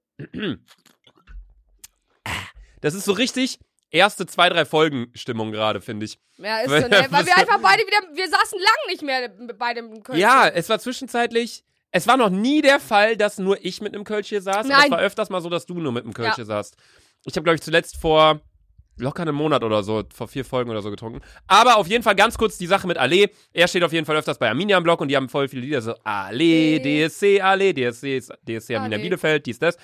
Speaker 3: Das ist so richtig erste zwei, drei Folgen Stimmung gerade, finde ich.
Speaker 1: Ja, ist
Speaker 3: Weil-
Speaker 1: so, ne? Weil wir einfach beide wieder, wir saßen lang nicht mehr bei dem Kölsch.
Speaker 3: Ja, es war zwischenzeitlich. Es war noch nie der Fall, dass nur ich mit einem Kölsch hier saß. aber Es
Speaker 1: Nein.
Speaker 3: war öfters mal so, dass du nur mit einem Kölsch
Speaker 1: Ja.
Speaker 3: hier saßt. Ich habe, glaube ich, zuletzt vor locker einem Monat oder so, vor vier Folgen oder so getrunken. Aber auf jeden Fall ganz kurz die Sache mit Ale. Er steht auf jeden Fall öfters bei Arminia im Blog und die haben voll viele Lieder so Ale, DSC, Ale, DSC, ist- DSC Arminia
Speaker 1: Ale.
Speaker 3: Bielefeld, dies, das.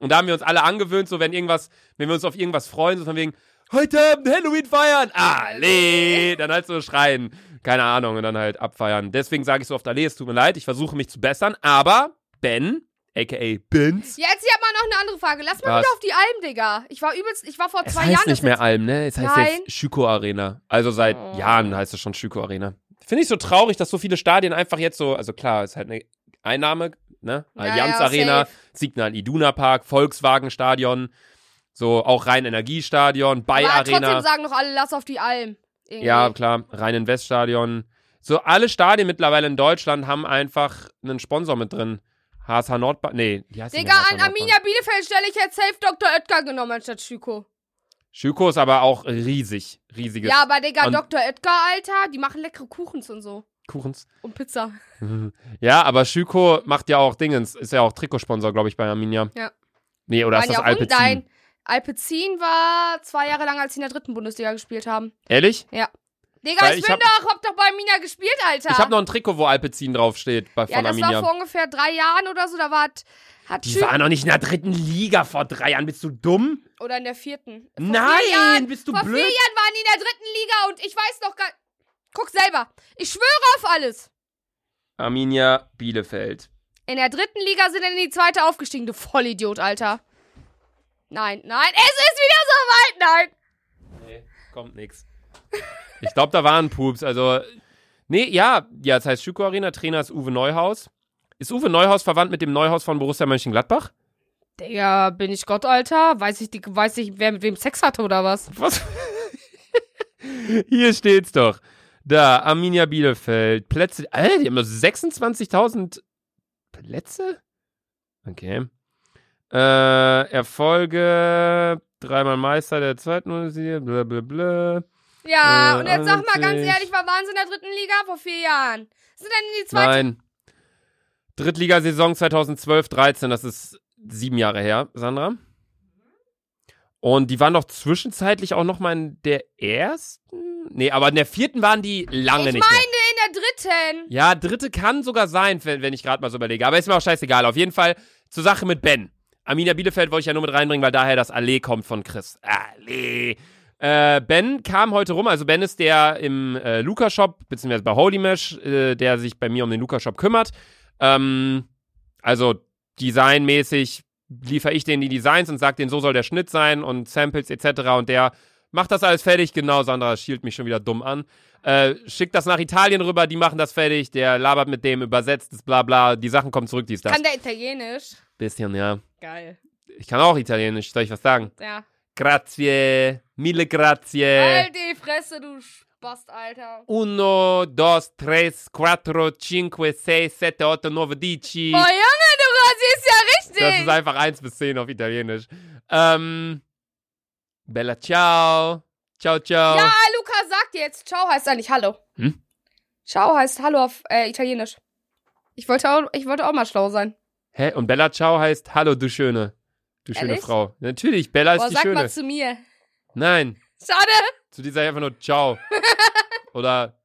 Speaker 3: Und da haben wir uns alle angewöhnt, so wenn irgendwas, wenn wir uns auf irgendwas freuen, so von wegen, heute Abend Halloween feiern, Allee, dann halt so schreien, keine Ahnung, und dann halt abfeiern. Deswegen sage ich so oft Allee, es tut mir leid, ich versuche mich zu bessern, aber Ben, aka Benz,
Speaker 1: Jetzt hier mal noch eine andere Frage. Lass mal
Speaker 3: Was?
Speaker 1: wieder auf die Alm, Digga. Ich war übelst, ich war vor
Speaker 3: es
Speaker 1: zwei
Speaker 3: heißt
Speaker 1: Jahren.
Speaker 3: nicht mehr Alm, ne, es heißt
Speaker 1: Nein.
Speaker 3: jetzt Schüko Arena, also seit
Speaker 1: Oh.
Speaker 3: Jahren heißt es schon Schüko Arena. Finde ich so traurig, dass so viele Stadien einfach jetzt so, also klar, ist halt eine Einnahme, ne,
Speaker 1: Ja,
Speaker 3: Allianz
Speaker 1: ja,
Speaker 3: Arena,
Speaker 1: safe.
Speaker 3: Signal Iduna Park, Volkswagen Stadion, so auch Rhein-Energiestadion, Bay
Speaker 1: aber
Speaker 3: Arena.
Speaker 1: trotzdem sagen noch alle, lass auf die Alm. Irgendwie.
Speaker 3: Ja, klar, Rhein-West-Stadion. So alle Stadien mittlerweile in Deutschland haben einfach einen Sponsor mit drin. HSH Nordbahn. Nee, die heißt
Speaker 1: Digga, an
Speaker 3: an
Speaker 1: Arminia Bielefeld stelle ich jetzt safe Dr. Oetker genommen anstatt Schüko.
Speaker 3: Schüko ist aber auch riesig. Riesiges
Speaker 1: Ja, aber Digga,
Speaker 3: Und-
Speaker 1: Dr. Oetker, Alter, die machen leckere Kuchens und so.
Speaker 3: Kuchens.
Speaker 1: Und Pizza.
Speaker 3: Ja, aber Schüko macht ja auch Dingens. Ist ja auch Trikotsponsor, glaube ich, bei Arminia.
Speaker 1: Ja.
Speaker 3: Nee, oder ist das
Speaker 1: ja
Speaker 3: Alpecin?
Speaker 1: Nein, Alpecin war zwei Jahre lang, als sie in der dritten Bundesliga gespielt haben.
Speaker 3: Ehrlich?
Speaker 1: Digga,
Speaker 3: Weil
Speaker 1: ich,
Speaker 3: ich
Speaker 1: bin
Speaker 3: hab-
Speaker 1: doch, hab doch bei Arminia gespielt, Alter.
Speaker 3: Ich habe noch ein Trikot, wo Alpecin draufsteht bei, von
Speaker 1: ja, das
Speaker 3: Arminia.
Speaker 1: war vor ungefähr drei Jahren oder so. Da war hat
Speaker 3: die
Speaker 1: Schü
Speaker 3: waren noch nicht in der dritten Liga vor drei Jahren. Bist du dumm?
Speaker 1: oder in der vierten. Vor vier
Speaker 3: Nein,
Speaker 1: Jahren,
Speaker 3: bist du
Speaker 1: vor
Speaker 3: blöd?
Speaker 1: vier Jahren waren die in der dritten Liga und ich weiß noch gar. Guck selber. Ich schwöre auf alles.
Speaker 3: Arminia Bielefeld.
Speaker 1: In der dritten Liga sind dann in die zweite aufgestiegen, du Vollidiot, Alter. Nein, nein, es ist wieder soweit, nein.
Speaker 3: Nee, kommt nix. Ich glaube, da waren Pups. Also, nee, ja, ja, das heißt Schüko Arena, Trainer ist Uwe Neuhaus. Ist Uwe Neuhaus verwandt mit dem Neuhaus von Borussia Mönchengladbach?
Speaker 1: Digga, bin ich Gott, Alter? Weiß ich, die, weiß ich, wer mit wem Sex hatte oder was?
Speaker 3: Was? Hier steht's doch. Da, Arminia Bielefeld. Plätze. Alter, die haben nur 26.000 Plätze? Okay. Äh, Erfolge. Dreimal Meister der zweiten Serie, blablabla.
Speaker 1: Ja,
Speaker 3: Äh,
Speaker 1: und jetzt sag mal ganz
Speaker 3: 91.
Speaker 1: ehrlich, wir waren sie in der dritten Liga vor vier Jahren. Sind dann in die zweite.
Speaker 3: Nein. Drittligasaison 2012-13, das ist sieben Jahre her, Sandra. Und die waren doch zwischenzeitlich auch nochmal in der ersten? Nee, aber in der vierten waren die lange
Speaker 1: Ich
Speaker 3: nicht mehr.
Speaker 1: In der dritten.
Speaker 3: Ja, dritte kann sogar sein, wenn, wenn ich gerade mal so überlege. Aber ist mir auch scheißegal. Auf jeden Fall zur Sache mit Ben. Amina Bielefeld wollte ich ja nur mit reinbringen, weil daher das Allee kommt von Chris. Allee. Äh, ben kam heute rum, also Ben ist der im äh, Luca-Shop, beziehungsweise bei Holy Mesh, äh, der sich bei mir um den Luca-Shop kümmert. Ähm, also designmäßig liefere ich denen die Designs und sage denen, so soll der Schnitt sein und Samples etc. Und der macht das alles fertig. Genau, Sandra schielt mich schon wieder dumm an. Äh, schickt das nach Italien rüber, die machen das fertig, der labert mit dem, übersetzt es, bla bla, die Sachen kommen zurück, dies, das.
Speaker 1: Kann der Italienisch?
Speaker 3: Bisschen, ja.
Speaker 1: Geil.
Speaker 3: Ich kann auch Italienisch, soll ich was sagen?
Speaker 1: Ja.
Speaker 3: Grazie, mille grazie.
Speaker 1: Halt die Fresse, du Spast, Alter.
Speaker 3: Uno, dos, tres, quattro, cinque, sei, sette, otto, nove, dieci.
Speaker 1: Oh Junge, du rasierst ja
Speaker 3: Das
Speaker 1: richtig.
Speaker 3: ist einfach 1 bis 10 auf Italienisch. Ähm, Bella ciao. Ciao, ciao.
Speaker 1: ja, Luca sagt dir jetzt, ciao heißt eigentlich Hallo.
Speaker 3: Hm?
Speaker 1: Ciao heißt Hallo auf äh, Italienisch. Ich wollte, auch, ich wollte auch mal schlau sein.
Speaker 3: Hä? Und Bella ciao heißt Hallo, du Schöne. Du schöne
Speaker 1: Ehrlich?
Speaker 3: Frau. Natürlich, Bella ist
Speaker 1: Boah,
Speaker 3: die
Speaker 1: sag
Speaker 3: Schöne.
Speaker 1: mal zu mir.
Speaker 3: Nein,
Speaker 1: Schade.
Speaker 3: zu dir sag ich einfach nur ciao. Oder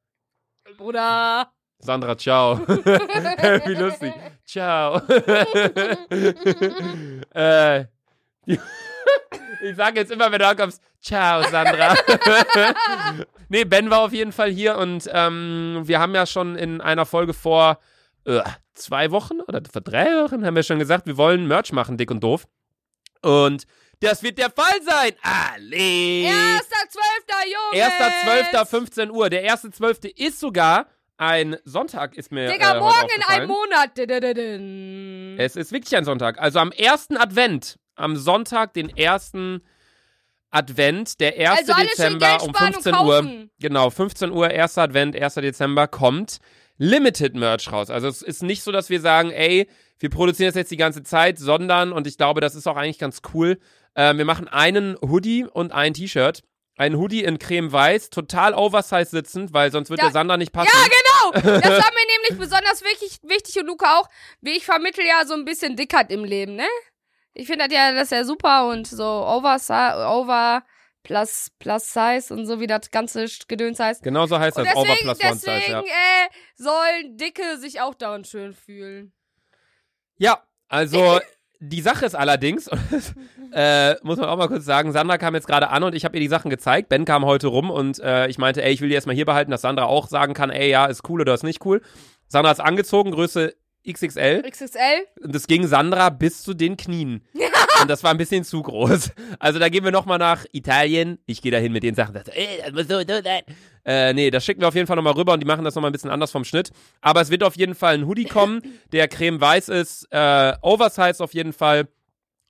Speaker 1: Bruder.
Speaker 3: Sandra, ciao. Wie lustig. Ciao. äh, ich sage jetzt immer, wenn du ankommst, ciao, Sandra. nee, Ben war auf jeden Fall hier und ähm, wir haben ja schon in einer Folge vor äh, zwei Wochen oder vor drei Wochen haben wir schon gesagt, wir wollen Merch machen, dick und doof. Und das wird der Fall sein. Alle.
Speaker 1: Erster, zwölfter, Junge.
Speaker 3: 1.12.15 Uhr. Der 1.12. ist sogar ein Sonntag, ist mir
Speaker 1: Digga,
Speaker 3: äh, heute
Speaker 1: morgen in einem
Speaker 3: aufgefallen.
Speaker 1: Monat. Didididin.
Speaker 3: Es ist wirklich ein Sonntag. Also am ersten Advent, am Sonntag, den ersten Advent, der 1.
Speaker 1: Also alle schön
Speaker 3: Dezember
Speaker 1: Geld
Speaker 3: um
Speaker 1: sparen
Speaker 3: 15
Speaker 1: und
Speaker 3: Uhr.
Speaker 1: kaufen.
Speaker 3: Genau, 15 Uhr, 1. Advent, 1. Dezember kommt Limited Merch raus. Also es ist nicht so, dass wir sagen, ey, wir produzieren das jetzt die ganze Zeit, sondern, und ich glaube, das ist auch eigentlich ganz cool, äh, wir machen einen Hoodie und ein T-Shirt. Ein Hoodie in creme-weiß, total oversized sitzend, weil sonst wird
Speaker 1: Ja.
Speaker 3: der Sander nicht passen.
Speaker 1: Ja, genau. Das war mir nämlich besonders wichtig, wichtig und Luca auch, wie ich vermittel ja so ein bisschen Dickheit im Leben, ne? Ich finde das ja, das ist ja super und so over, over plus, plus size und so, wie das ganze Sch- Gedöns heißt.
Speaker 3: Genauso heißt
Speaker 1: Und
Speaker 3: das
Speaker 1: deswegen,
Speaker 3: Overplus One Size,
Speaker 1: deswegen
Speaker 3: ja.
Speaker 1: äh, sollen Dicke sich auch daran schön fühlen.
Speaker 3: Ja, also die Sache ist allerdings, äh, muss man auch mal kurz sagen, Sandra kam jetzt gerade an und ich habe ihr die Sachen gezeigt. Ben kam heute rum und äh, ich meinte, ey, ich will die erstmal hier behalten, dass Sandra auch sagen kann, ey, ja, ist cool oder ist nicht cool. Sandra ist angezogen, Größe XXL.
Speaker 1: XXL?
Speaker 3: Und das ging Sandra bis zu den Knien. und das war ein bisschen zu groß. Also da gehen wir nochmal nach Italien. Ich gehe dahin mit den Sachen. Das, ey, das muss so, so sein. Äh, nee, das schicken wir auf jeden Fall nochmal rüber und die machen das nochmal ein bisschen anders vom Schnitt. Aber es wird auf jeden Fall ein Hoodie kommen, der creme-weiß ist, äh, oversized auf jeden Fall.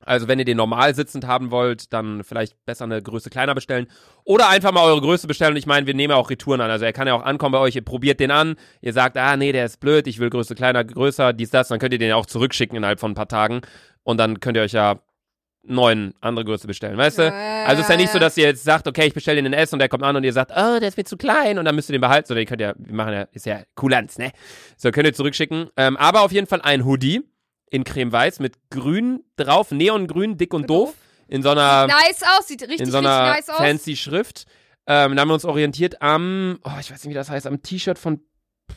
Speaker 3: Also wenn ihr den normal sitzend haben wollt, dann vielleicht besser eine Größe kleiner bestellen. Oder einfach mal eure Größe bestellen. Und ich meine, wir nehmen ja auch Retouren an. Also er kann ja auch ankommen bei euch, ihr probiert den an, ihr sagt, ah nee, der ist blöd, ich will Größe kleiner, größer, dies, das. Dann könnt ihr den ja auch zurückschicken innerhalb von ein paar Tagen. Und dann könnt ihr euch ja neun andere Größe bestellen, weißt du? Also ist ja nicht so, dass ihr jetzt sagt, okay, ich bestelle den in S und der kommt an und ihr sagt, oh, der ist mir zu klein und dann müsst ihr den behalten. Sondern ihr könnt ja, wir machen ja, ist ja Kulanz, ne? So, könnt ihr zurückschicken. Ähm, aber auf jeden Fall ein Hoodie in creme-weiß mit grün drauf, neongrün, dick und doof. In so einer
Speaker 1: nice aus, sieht richtig,
Speaker 3: ähm, in so einer
Speaker 1: richtig nice aus.
Speaker 3: fancy Schrift. Ähm, da haben wir uns orientiert am, oh, ich weiß nicht, wie das heißt, am T-Shirt von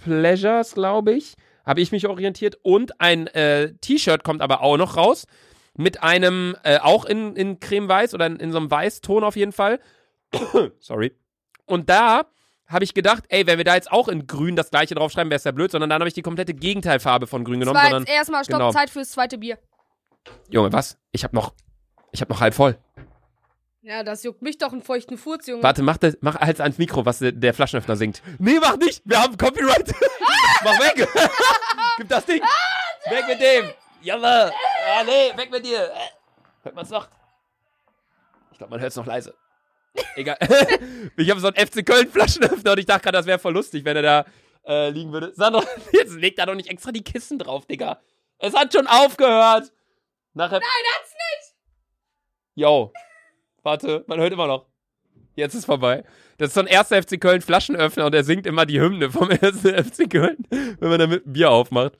Speaker 3: Pleasures, glaube ich, habe ich mich orientiert. Und ein äh, T-Shirt kommt aber auch noch raus mit einem, äh, auch in, in cremeweiß oder in, in so einem Weißton auf jeden Fall. Sorry. Und da habe ich gedacht, ey, wenn wir da jetzt auch in grün das gleiche draufschreiben, wäre es ja blöd, sondern dann habe ich die komplette Gegenteilfarbe von grün
Speaker 1: Das
Speaker 3: genommen,
Speaker 1: war
Speaker 3: sondern,
Speaker 1: jetzt erstmal Stopp,
Speaker 3: genau.
Speaker 1: Zeit fürs zweite Bier.
Speaker 3: Junge, was? Ich habe noch, ich habe noch halb voll.
Speaker 1: Ja, das juckt mich doch einen feuchten Furz, Junge.
Speaker 3: Warte, mach, das, mach halt ans Mikro, was der- der Flaschenöffner singt. Nee, mach nicht! Wir haben Copyright! mach weg! Gib das Ding! weg mit dem! Jawohl! Ah, nee, weg mit dir! Äh, Hört man's noch? Ich glaube, man hört's noch leise. Egal. ich habe so einen FC Köln-Flaschenöffner und ich dachte gerade, das wäre voll lustig, wenn er da äh, liegen würde. Sandra, jetzt legt da doch nicht extra die Kissen drauf, Digga. Es hat schon aufgehört! Nachher. Nein, hat's nicht! Yo. Warte, man hört immer noch. Jetzt ist vorbei. Das ist so ein erster FC Köln Flaschenöffner und er singt immer die Hymne vom ersten FC Köln, wenn man damit ein Bier aufmacht.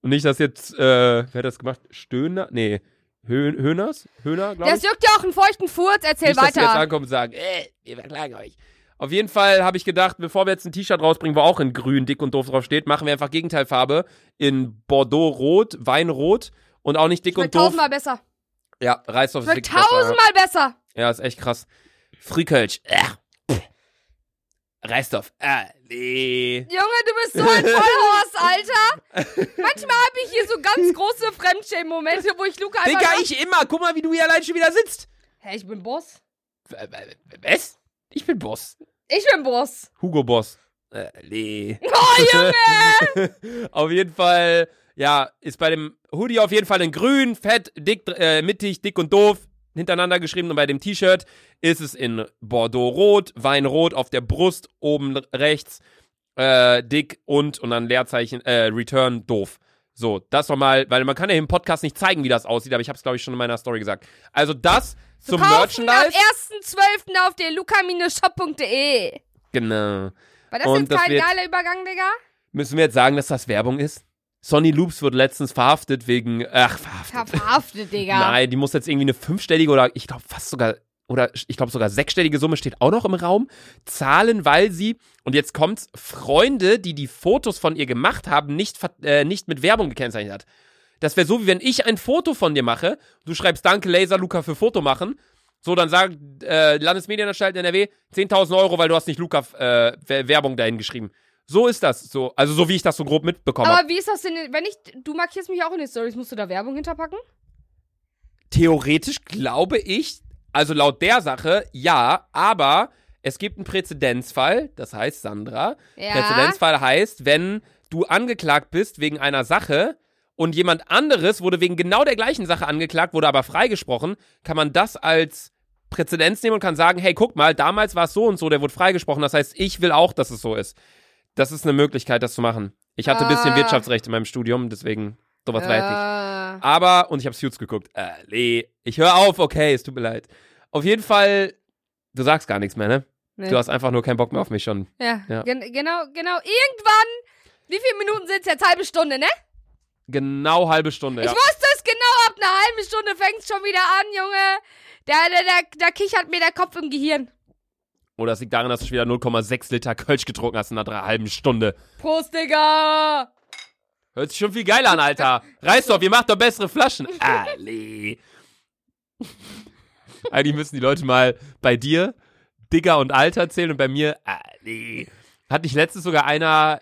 Speaker 3: Und nicht, dass jetzt, äh, wer hat das gemacht? Stöhner? Nee, Hö Höhners? Höhner, glaube ich.
Speaker 1: Das juckt ja auch einen feuchten Furz, erzähl
Speaker 3: Nicht, dass
Speaker 1: weiter.
Speaker 3: sie jetzt ankommen und sagen, äh, wir verklagen euch. Auf jeden Fall habe ich gedacht, bevor wir jetzt ein T-Shirt rausbringen, wo auch in grün dick und doof drauf steht, machen wir einfach Gegenteilfarbe in Bordeaux-Rot, Weinrot und auch nicht dick
Speaker 1: Schmeckt
Speaker 3: und doof.
Speaker 1: tausendmal besser.
Speaker 3: Ja, reißt auf
Speaker 1: Schmeckt tausendmal besser.
Speaker 3: ja, ist echt krass. Frikölsch. Äh. Pff. Reisdorf. Ah, nee.
Speaker 1: Junge, du bist so ein Vollhorst, Alter. Manchmal habe ich hier so ganz große Fremdschämen-Momente, wo ich Luca einfach...
Speaker 3: Digga,
Speaker 1: sag,
Speaker 3: ich immer. Guck mal, wie du hier allein schon wieder sitzt.
Speaker 1: Hä, ich bin Boss?
Speaker 3: W- w- Was? Ich bin Boss.
Speaker 1: Ich bin Boss.
Speaker 3: Hugo Boss. Äh, nee. Oh, Junge! auf jeden Fall, ja, ist bei dem Hoodie auf jeden Fall in grün, fett, dick, äh, mittig, dick und doof hintereinander geschrieben und bei dem T-Shirt ist es in Bordeaux-Rot, Weinrot auf der Brust, oben rechts, äh, dick und und dann Leerzeichen, äh, Return, doof. So, das nochmal, weil man kann ja im Podcast nicht zeigen, wie das aussieht, aber ich habe es, glaube ich, schon in meiner Story gesagt. Also das zum
Speaker 1: Kaufen ab
Speaker 3: Merchandise.
Speaker 1: 1.12. auf der luca-shop.de.
Speaker 3: Genau.
Speaker 1: War das
Speaker 3: Und
Speaker 1: jetzt
Speaker 3: das
Speaker 1: kein
Speaker 3: wird-
Speaker 1: geiler Übergang, Digga?
Speaker 3: Müssen wir jetzt sagen, dass das Werbung ist? Sonny Loops wurde letztens verhaftet wegen. Ach, verhaftet.
Speaker 1: Ja, Verhaftet, Digga.
Speaker 3: Nein, die muss jetzt irgendwie eine fünfstellige oder ich glaube fast sogar. Oder ich glaube sogar sechsstellige Summe steht auch noch im Raum. Zahlen, weil sie, und jetzt kommt's, Freunde, die die Fotos von ihr gemacht haben, nicht, ver- äh, nicht mit Werbung gekennzeichnet hat. Das wäre so, wie wenn ich ein Foto von dir mache. Du schreibst Danke, Laser, Luca, für Foto machen. So, dann sagt äh, Landesmedienanstalt NRW 10.000 Euro, weil du hast nicht Luca äh, Wer- Werbung dahin geschrieben. So ist das. So, also so wie ich das so grob mitbekomme.
Speaker 1: Aber wie ist das denn, wenn ich... Du markierst mich auch in den Stories, musst du da Werbung hinterpacken?
Speaker 3: Theoretisch glaube ich, also laut der Sache, ja, aber es gibt einen Präzedenzfall, das heißt Sandra.
Speaker 1: Ja.
Speaker 3: Präzedenzfall heißt, wenn du angeklagt bist wegen einer Sache und jemand anderes wurde wegen genau der gleichen Sache angeklagt, wurde aber freigesprochen, kann man das als Präzedenz nehmen und kann sagen, hey, guck mal, damals war es so und so, der wurde freigesprochen, das heißt, ich will auch, dass es so ist. Das ist eine Möglichkeit, das zu machen. Ich hatte ein bisschen
Speaker 1: Ah.
Speaker 3: Wirtschaftsrecht in meinem Studium, deswegen sowas weiß ich. Aber, und ich habe Suits geguckt. Äh, nee, ich höre auf, okay, es tut mir leid. Auf jeden Fall, du sagst gar nichts mehr, ne?
Speaker 1: Nee.
Speaker 3: Du hast einfach nur keinen Bock mehr auf mich schon.
Speaker 1: Äh, Ja,
Speaker 3: Ja.
Speaker 1: Gen genau, genau. Irgendwann, wie viele Minuten sind es jetzt? Halbe Stunde, ne?
Speaker 3: Genau halbe Stunde, ja.
Speaker 1: Ich wusste es genau, ab einer halben Stunde fängt es schon wieder an, Junge. Da, da, da, da kichert mir der Kopf im Gehirn.
Speaker 3: Oder es liegt daran, dass du schon wieder 0,6 Liter Kölsch getrunken hast in einer drei- halben Stunde.
Speaker 1: Prost, Digga!
Speaker 3: Hört sich schon viel geiler an, Alter. Reiß doch, ihr macht doch bessere Flaschen. Ah, Ali. Eigentlich müssen die Leute mal bei dir Digger und Alter zählen und bei mir Ali. Hat nicht letztens sogar einer.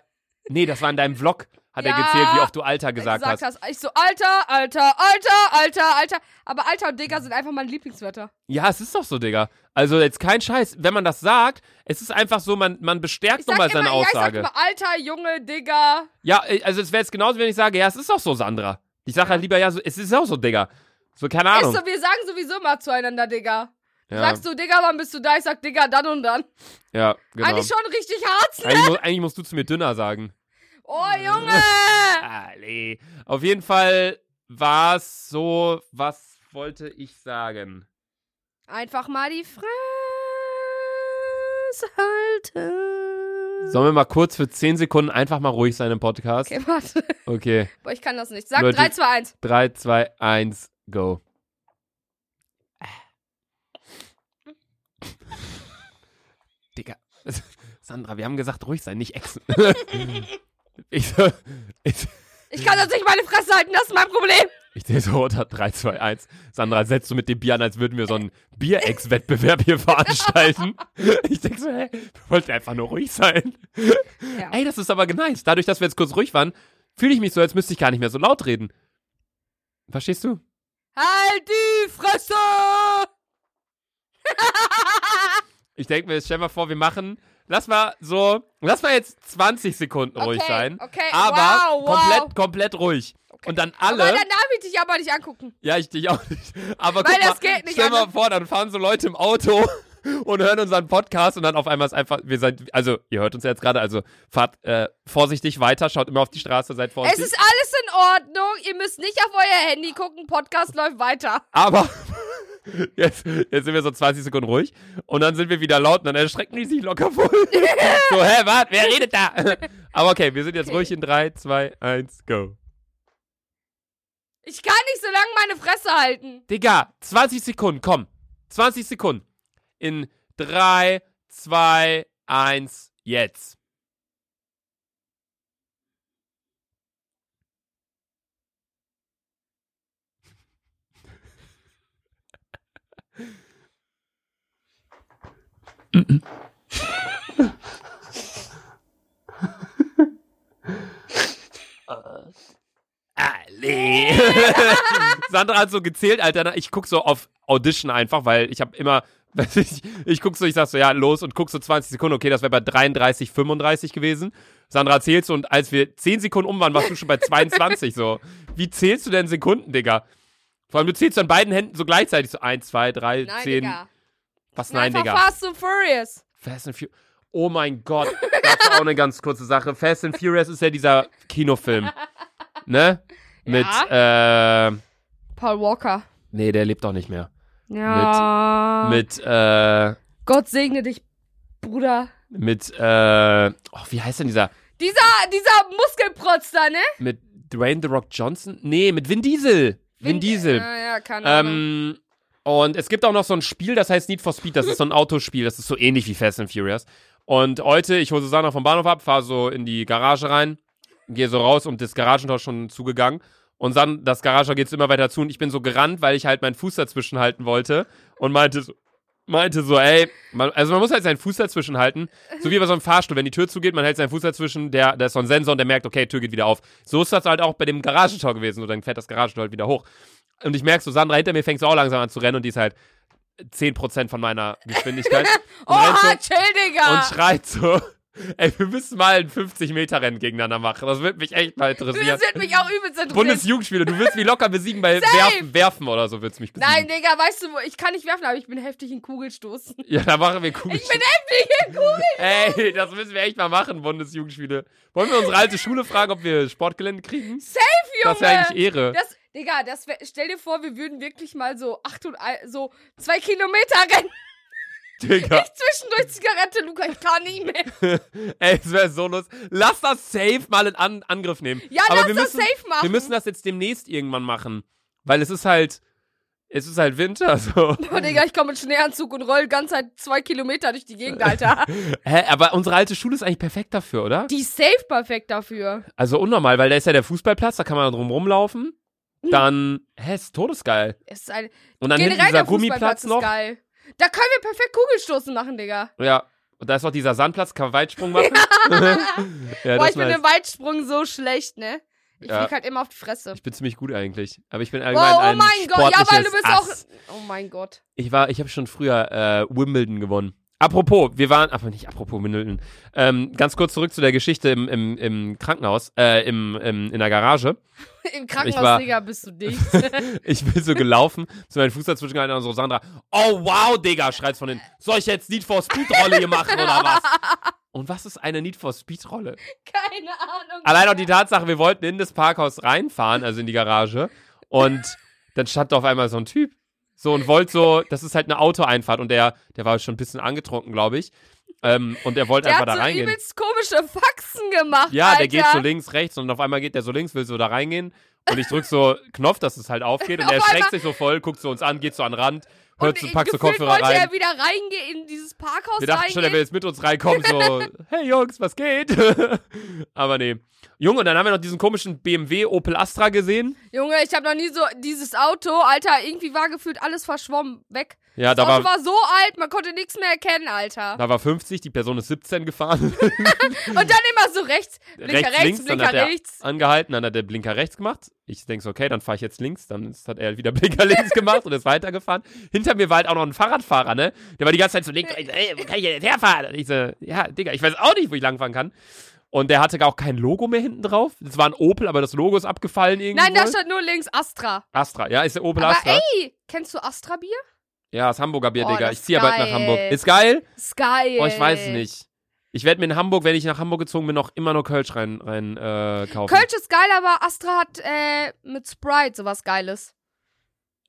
Speaker 3: Nee, das war in deinem Vlog, hat er
Speaker 1: Ja,
Speaker 3: gezählt, wie oft du Alter gesagt, hast.
Speaker 1: Ich so, Alter, Alter, Alter, Alter, Alter. Aber Alter und Digga sind einfach meine Lieblingswörter.
Speaker 3: Ja, es ist doch so, Digga. Also jetzt kein Scheiß. Wenn man das sagt, es ist einfach so, man, man bestärkt
Speaker 1: Ich sag
Speaker 3: nochmal
Speaker 1: immer,
Speaker 3: seine
Speaker 1: ja, ich sag
Speaker 3: Aussage.
Speaker 1: immer Alter, Junge, Digga.
Speaker 3: Ja, äh, also es wäre jetzt genauso, wenn ich sage, ja, es ist doch so, Sandra. Ich sage halt lieber, ja, so, es ist auch so, Digga. So, keine Ahnung.
Speaker 1: Ist so, wir sagen sowieso immer zueinander, Digga.
Speaker 3: ja,
Speaker 1: Sagst du, Digga, wann bist du da? Ich sag, Digga, dann und dann.
Speaker 3: ja, genau.
Speaker 1: Eigentlich schon richtig hart.
Speaker 3: Eigentlich, mu eigentlich musst du zu mir dünner sagen.
Speaker 1: Oh, Junge!
Speaker 3: Ali. Auf jeden Fall war es so, was wollte ich sagen?
Speaker 1: Einfach mal die Fresse halten.
Speaker 3: Sollen wir mal kurz für 10 Sekunden einfach mal ruhig sein im Podcast?
Speaker 1: Okay, warte.
Speaker 3: Okay.
Speaker 1: Boah, ich kann das nicht. Sag
Speaker 3: Leute.
Speaker 1: 3, 2, 1.
Speaker 3: 3, 2, 1, go. Digga. Sandra, wir haben gesagt, ruhig sein, nicht exen. ich, so, ich,
Speaker 1: Ich kann das nicht meine Fresse halten, das ist mein Problem.
Speaker 3: ich sehe so unter 3, 2, 1. Sandra, setzt du mit dem Bier an, als würden wir so einen Bier-Ex-Wettbewerb hier veranstalten. ich denke so, hä, wir wollten einfach nur ruhig sein.
Speaker 1: Ja.
Speaker 3: Ey, das ist aber nice. Dadurch, dass wir jetzt kurz ruhig waren, fühle ich mich so, als müsste ich gar nicht mehr so laut reden. Verstehst du?
Speaker 1: Halt die Fresse!
Speaker 3: Ich denke mir, jetzt stell mal vor, wir machen, lass mal so, lass mal jetzt 20 Sekunden
Speaker 1: Okay,
Speaker 3: ruhig sein.
Speaker 1: okay,
Speaker 3: aber
Speaker 1: wow, wow.
Speaker 3: komplett, komplett ruhig. Und dann
Speaker 1: Alle? Aber
Speaker 3: alle,
Speaker 1: dann darf ich dich aber nicht angucken.
Speaker 3: ja, ich dich auch nicht, aber
Speaker 1: Weil
Speaker 3: guck
Speaker 1: das
Speaker 3: mal,
Speaker 1: geht nicht
Speaker 3: stell mal
Speaker 1: anders.
Speaker 3: vor, dann fahren so Leute im Auto und hören unseren Podcast und dann auf einmal ist einfach, wir seid, also ihr hört uns ja jetzt gerade, also fahrt äh, vorsichtig weiter, schaut immer auf die Straße, seid
Speaker 1: Es
Speaker 3: vorsichtig.
Speaker 1: ist alles in Ordnung. Ihr müsst nicht auf euer Handy gucken. Podcast läuft weiter.
Speaker 3: Aber jetzt, jetzt sind wir so 20 Sekunden ruhig und dann sind wir wieder laut und dann erschrecken die sich locker voll. so, hä, warte, wer redet da? Aber okay, wir sind jetzt ruhig in 3, 2, 1, go.
Speaker 1: Ich kann nicht so lange meine Fresse halten.
Speaker 3: Digga, 20 Sekunden, komm. 20 Sekunden. In 3, 2, 1, jetzt. Ali. Sandra hat so gezählt, Alter. ne? Ich guck so auf Audition einfach, weil ich habe immer, weiß ich, ich guck so, ich sag so, ja, los und guck so 20 Sekunden, okay, das wäre bei 33, 35 gewesen. Sandra zählt so und als wir 10 Sekunden um waren, warst du schon bei 22 so. Wie zählst du denn Sekunden, Digga? Vor allem, du zählst an beiden Händen so gleichzeitig so 1, 2, 3,
Speaker 1: Nein,
Speaker 3: 10.
Speaker 1: Digga.
Speaker 3: Was, nein,
Speaker 1: Einfach
Speaker 3: Digga?
Speaker 1: Fast and Furious.
Speaker 3: Fast and Furious. Oh mein Gott, das ist auch eine ganz kurze Sache. Fast and Furious ist ja dieser Kinofilm. Ne? Mit, äh,
Speaker 1: Paul Walker.
Speaker 3: nee, der lebt doch nicht mehr.
Speaker 1: Ja.
Speaker 3: Mit, äh,
Speaker 1: Gott segne dich, Bruder.
Speaker 3: mit, äh, oh, wie heißt denn dieser?
Speaker 1: Dieser, dieser Muskelprotz da, ne?
Speaker 3: Mit Dwayne The Rock Johnson? Nee, mit Vin Diesel. Vin, Diesel.
Speaker 1: Ja, ja, keine Ahnung.
Speaker 3: Ähm, und es gibt auch noch so ein Spiel, das heißt Need for Speed. Das ist so ein Autospiel. Das ist so ähnlich wie Fast and Furious. Und heute, ich hole Susanna vom Bahnhof ab, fahre so in die Garage rein, gehe so raus und das Garagentor ist schon zugegangen. Und dann, das Garagentor geht so immer weiter zu und ich bin so gerannt, weil ich halt meinen Fuß dazwischen halten wollte und meinte so, meinte so, ey, man, also man muss halt seinen Fuß dazwischen halten, so wie bei so einem Fahrstuhl, wenn die Tür zugeht, man hält seinen Fuß dazwischen, der, da ist so ein Sensor und der merkt, okay, Tür geht wieder auf. So ist das halt auch bei dem Garagentor gewesen, so dann fährt das Garagentor halt wieder hoch. Und ich merke so, Sandra hinter mir fängt so auch langsam an zu rennen und die ist halt 10% von meiner Geschwindigkeit. Und rennt so-
Speaker 1: Oha, Oh, chill, Digga.
Speaker 3: und schreit so, Ey, wir müssen mal ein 50-Meter-Rennen gegeneinander machen. Das würde mich echt mal interessieren.
Speaker 1: Das wird mich auch übelst interessieren.
Speaker 3: Bundesjugendspiele, du willst mich locker besiegen bei Werfen, Werfen oder so, würdest mich besiegen.
Speaker 1: Nein, Digga, weißt du, wo- ich kann nicht werfen, aber ich bin heftig in Kugelstoßen.
Speaker 3: Ja, da machen wir Kugeln.
Speaker 1: Ich bin heftig in Kugeln.
Speaker 3: Ey, das müssen wir echt mal machen, Bundesjugendspiele. Wollen wir unsere alte Schule fragen, ob wir Sportgelände kriegen?
Speaker 1: Safe, Junge.
Speaker 3: Das wäre eigentlich Ehre.
Speaker 1: Das, Digga, das wär, stell dir vor, wir würden wirklich mal so acht und ein, so zwei Kilometer rennen.
Speaker 3: Digga.
Speaker 1: Ich zwischendurch Zigarette, Luca, ich kann nicht mehr.
Speaker 3: Ey, es wäre so lustig. Lass das safe mal in An Angriff nehmen.
Speaker 1: Ja,
Speaker 3: Aber
Speaker 1: lass
Speaker 3: wir
Speaker 1: das
Speaker 3: müssen,
Speaker 1: safe machen.
Speaker 3: Wir müssen das jetzt demnächst irgendwann machen. Weil es ist halt. Es ist halt Winter, so.
Speaker 1: Oh, Digga, ich komme mit Schneeanzug und roll ganz halt zwei Kilometer durch die Gegend, Alter.
Speaker 3: Hä, aber unsere alte Schule ist eigentlich perfekt dafür, oder?
Speaker 1: Die ist safe perfekt dafür.
Speaker 3: Also unnormal, weil da ist ja der Fußballplatz, da kann man drum rumlaufen.
Speaker 1: Mhm.
Speaker 3: Dann, hä, ist todesgeil.
Speaker 1: Es ist ein,
Speaker 3: Und dann hinten
Speaker 1: generell
Speaker 3: dieser
Speaker 1: der Fußballplatz
Speaker 3: Gummiplatz
Speaker 1: ist
Speaker 3: noch.
Speaker 1: geil. Da können wir perfekt Kugelstoßen machen, Digga.
Speaker 3: Ja. Und da ist noch dieser Sandplatz, kann man Weitsprung machen. ja,
Speaker 1: Boah,
Speaker 3: das
Speaker 1: ich bin
Speaker 3: nice.
Speaker 1: im Weitsprung so schlecht, ne? Ich
Speaker 3: Ja.
Speaker 1: flieg halt immer auf die Fresse.
Speaker 3: ich bin ziemlich gut eigentlich. Aber ich bin
Speaker 1: Oh,
Speaker 3: allgemein
Speaker 1: oh
Speaker 3: ein
Speaker 1: mein Gott, ja, weil du
Speaker 3: sportliches
Speaker 1: bist
Speaker 3: Ass.
Speaker 1: auch. Oh mein Gott.
Speaker 3: Ich war, ich habe schon früher äh, Wimbledon gewonnen. Apropos, wir waren, aber nicht apropos Wimbledon. Ähm, ganz kurz zurück zu der Geschichte im, im, im Krankenhaus, äh, im, im, in der Garage.
Speaker 1: Im
Speaker 3: Ich war-
Speaker 1: Krankenhaus, Digga, bist du dich.
Speaker 3: Ich bin so gelaufen, zu meinem Fuß dazwischen gehalten und so Sandra, oh wow, Digga, schreit von hinten. Soll ich jetzt Need for Speed Rolle hier machen oder was? Und was ist eine Need for Speed Rolle?
Speaker 1: Keine Ahnung.
Speaker 3: Allein auch die Tatsache, wir wollten in das Parkhaus reinfahren, also in die Garage. Und dann stand da auf einmal so ein Typ. So und wollte so, das ist halt eine Autoeinfahrt und der, der war schon ein bisschen angetrunken, glaube ich. Ähm, und er wollte
Speaker 1: der hat
Speaker 3: einfach da
Speaker 1: so
Speaker 3: reingehen.
Speaker 1: übelst komische Faxen gemacht,
Speaker 3: Ja,
Speaker 1: Alter.
Speaker 3: der geht so links, rechts und auf einmal geht der so links, will so da reingehen. Und ich drück so Knopf, dass es halt aufgeht. Und
Speaker 1: Auf
Speaker 3: er schreckt
Speaker 1: einmal-
Speaker 3: sich so voll, guckt so uns an, geht so an den Rand,
Speaker 1: und
Speaker 3: hört so, packt so
Speaker 1: gefühlt
Speaker 3: Kopfhörer
Speaker 1: wollte
Speaker 3: rein.
Speaker 1: er wieder reingehen in dieses Parkhaus
Speaker 3: Wir dachten
Speaker 1: reingehen.
Speaker 3: schon, er will jetzt mit uns reinkommen, so, hey Jungs, was geht? Aber nee. Junge, und dann haben wir noch diesen komischen BMW Opel Astra gesehen.
Speaker 1: Junge, ich habe noch nie so dieses Auto, Alter, irgendwie war gefühlt alles verschwommen, weg.
Speaker 3: Ja,
Speaker 1: Das
Speaker 3: da
Speaker 1: Auto
Speaker 3: war,
Speaker 1: war so alt, man konnte nichts mehr erkennen, Alter.
Speaker 3: da war 50, die Person ist 17 gefahren.
Speaker 1: Und dann immer so rechts, Blinker rechts,
Speaker 3: dann
Speaker 1: Blinker
Speaker 3: hat er
Speaker 1: rechts.
Speaker 3: angehalten, dann hat der Blinker rechts gemacht. Ich denke so, okay, dann fahre ich jetzt links. Dann ist- hat er wieder Blinker links gemacht und ist weitergefahren. Hinter mir war halt auch noch ein Fahrradfahrer, ne? Der war die ganze Zeit so links, rechts, ey, wo kann ich denn jetzt herfahren? Und ich so, ja, Digga, ich weiß auch nicht, wo ich langfahren kann. Und der hatte gar auch kein Logo mehr hinten drauf. Es war ein Opel, aber das Logo ist abgefallen irgendwie.
Speaker 1: Nein, da stand nur links Astra.
Speaker 3: Astra, ja, ist der Opel
Speaker 1: Aber
Speaker 3: Astra.
Speaker 1: ey, kennst du Astra-Bier?
Speaker 3: Ja, ist Hamburger Bier,
Speaker 1: Oh,
Speaker 3: Digga.
Speaker 1: das
Speaker 3: Ich ziehe
Speaker 1: ist
Speaker 3: bald nach
Speaker 1: geil.
Speaker 3: Hamburg. Ist geil?
Speaker 1: Ist geil.
Speaker 3: Oh, ich weiß es nicht. Ich werde mir in Hamburg, wenn ich nach Hamburg gezogen bin, noch immer nur Kölsch rein, rein äh, kaufen.
Speaker 1: Kölsch ist geil, aber Astra hat äh, mit Sprite sowas Geiles.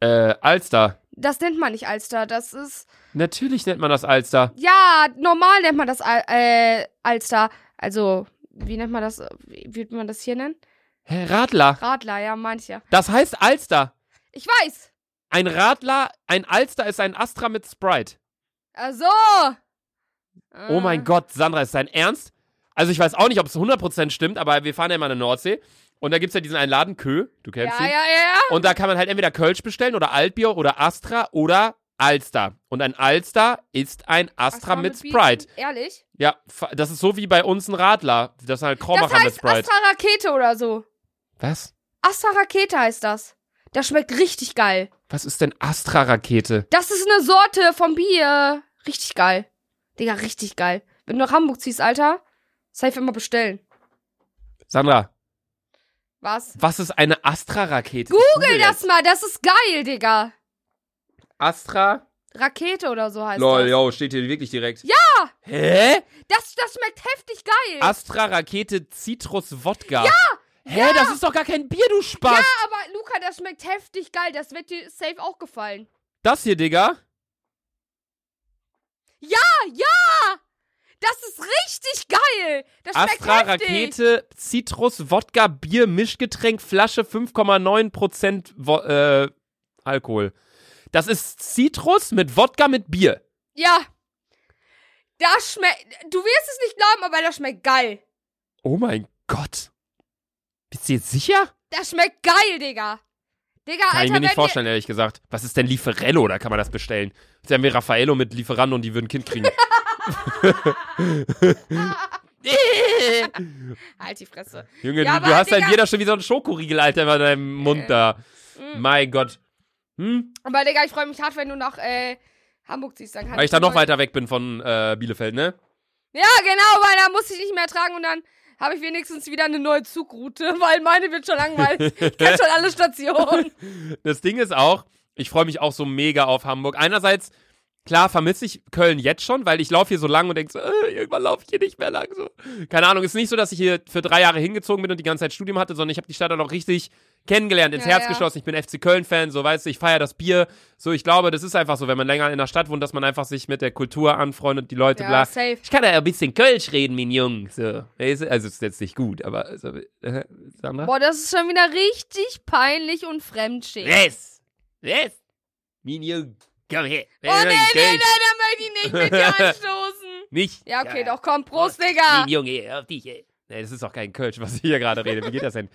Speaker 3: Äh, Alster.
Speaker 1: Das nennt man nicht Alster, das ist...
Speaker 3: Natürlich nennt man das Alster.
Speaker 1: Ja, normal nennt man das Al äh, Alster. Also, wie nennt man das? Wie würde man das hier nennen?
Speaker 3: Hä, Radler.
Speaker 1: Radler, ja, mancher.
Speaker 3: Das heißt Alster.
Speaker 1: Ich weiß.
Speaker 3: Ein Radler, ein Alster ist ein Astra mit Sprite.
Speaker 1: Also. Äh,
Speaker 3: Oh
Speaker 1: Mhm.
Speaker 3: mein Gott, Sandra, ist dein Ernst? Also ich weiß auch nicht, ob es 100% stimmt, aber wir fahren ja immer in der Nordsee. Und da gibt's ja diesen einen Laden, Kö, du kennst
Speaker 1: Ja,
Speaker 3: ihn.
Speaker 1: ja, ja.
Speaker 3: Und da kann man halt entweder Kölsch bestellen oder Altbier oder Astra oder Alster. Und ein Alster ist ein Astra, mit
Speaker 1: Bier,
Speaker 3: Sprite.
Speaker 1: Ehrlich?
Speaker 3: Ja, fa- das ist so wie bei uns ein Radler. Das ist halt
Speaker 1: Das
Speaker 3: Krommacher mit
Speaker 1: heißt
Speaker 3: Sprite.
Speaker 1: Astra Rakete oder so.
Speaker 3: Was?
Speaker 1: Astra Rakete heißt das. Das schmeckt richtig geil.
Speaker 3: Was ist denn Astra-Rakete?
Speaker 1: Das ist eine Sorte vom Bier. Richtig geil. Digga, richtig geil. Wenn du nach Hamburg ziehst, Alter, safe immer bestellen.
Speaker 3: Sandra,
Speaker 1: Was?
Speaker 3: Was ist eine Astra-Rakete?
Speaker 1: Google
Speaker 3: Ich
Speaker 1: Das mal, das ist geil, Digga.
Speaker 3: jetzt. Astra.
Speaker 1: Rakete oder so heißt
Speaker 3: Lol,
Speaker 1: das.
Speaker 3: yo, steht hier wirklich direkt. Ja! Hä?
Speaker 1: Das, das schmeckt heftig geil.
Speaker 3: Astra-Rakete Citrus-Wodka. Ja! Hä, das ist doch gar kein Bier, du Spaß!
Speaker 1: Aber Luca, das schmeckt heftig geil. Das wird dir safe auch gefallen.
Speaker 3: Das hier, Digga.
Speaker 1: Das ist richtig geil. Das schmeckt heftig.
Speaker 3: Astra-Rakete Citrus-Wodka-Bier-Mischgetränk, Flasche 5,9% Wo äh, Alkohol. Das ist Citrus mit Wodka mit Bier.
Speaker 1: Ja. Das schmeckt. Du wirst es nicht glauben, aber das schmeckt geil.
Speaker 3: Oh mein Gott. Bist du jetzt sicher?
Speaker 1: Das schmeckt geil, Digga. Digga,
Speaker 3: Kann
Speaker 1: Alter,
Speaker 3: ich mir
Speaker 1: wenn
Speaker 3: nicht vorstellen, ehrlich gesagt. Was ist denn Lieferello? Da kann man das bestellen. Jetzt haben wir Raffaello mit Lieferando und die würden ein Kind kriegen.
Speaker 1: Wir, halt die Fresse.
Speaker 3: Junge,
Speaker 1: Ja,
Speaker 3: du, du
Speaker 1: aber,
Speaker 3: hast halt
Speaker 1: Digga- Äh.
Speaker 3: jeder schon wie so ein Schokoriegel, Alter, bei deinem Mund da.
Speaker 1: Mm.
Speaker 3: Mein Gott. Hm?
Speaker 1: Aber Digga, ich freue mich hart, wenn du nach äh, Hamburg ziehst. Dann kann
Speaker 3: Weil ich da noch
Speaker 1: mal-
Speaker 3: weiter weg bin von äh, Bielefeld, ne?
Speaker 1: Ja, genau, weil da muss ich nicht mehr tragen und dann habe ich wenigstens wieder eine neue Zugroute, weil meine wird schon langweilig. Ich kenne schon alle Stationen.
Speaker 3: Das Ding ist auch, ich freue mich auch so mega auf Hamburg. Einerseits, klar, vermisse ich Köln jetzt schon, weil ich laufe hier so lang und denke so, äh, irgendwann laufe ich hier nicht mehr lang. So. Keine Ahnung, ist nicht so, dass ich hier für drei Jahre hingezogen bin und die ganze Zeit Studium hatte, sondern ich habe die Stadt auch noch richtig kennengelernt, ins
Speaker 1: Ja,
Speaker 3: Herz
Speaker 1: ja.
Speaker 3: geschlossen. Ich bin FC Köln-Fan, so weißt du, ich feiere das Bier. So, ich glaube, das ist einfach so, wenn man länger in der Stadt wohnt, dass man einfach sich mit der Kultur anfreundet, die Leute bla.
Speaker 1: Ja, safe.
Speaker 3: Ich kann ja ein bisschen Kölsch reden, mein Jung. So. weißt du? Also, ist jetzt nicht gut, aber. Also, äh, Sandra?
Speaker 1: Boah, das ist schon wieder richtig peinlich und fremdschämen.
Speaker 3: Yes! Yes! Mein Jung, komm her.
Speaker 1: Oh, nee, nee, nee, da möchte ich nicht mit dir anstoßen.
Speaker 3: Nicht?
Speaker 1: Ja, okay, doch, komm, Prost, Digga.
Speaker 3: Mein Junge, auf dich, ey. Nee, das ist doch kein Kölsch, was ich hier gerade rede. Wie geht das denn?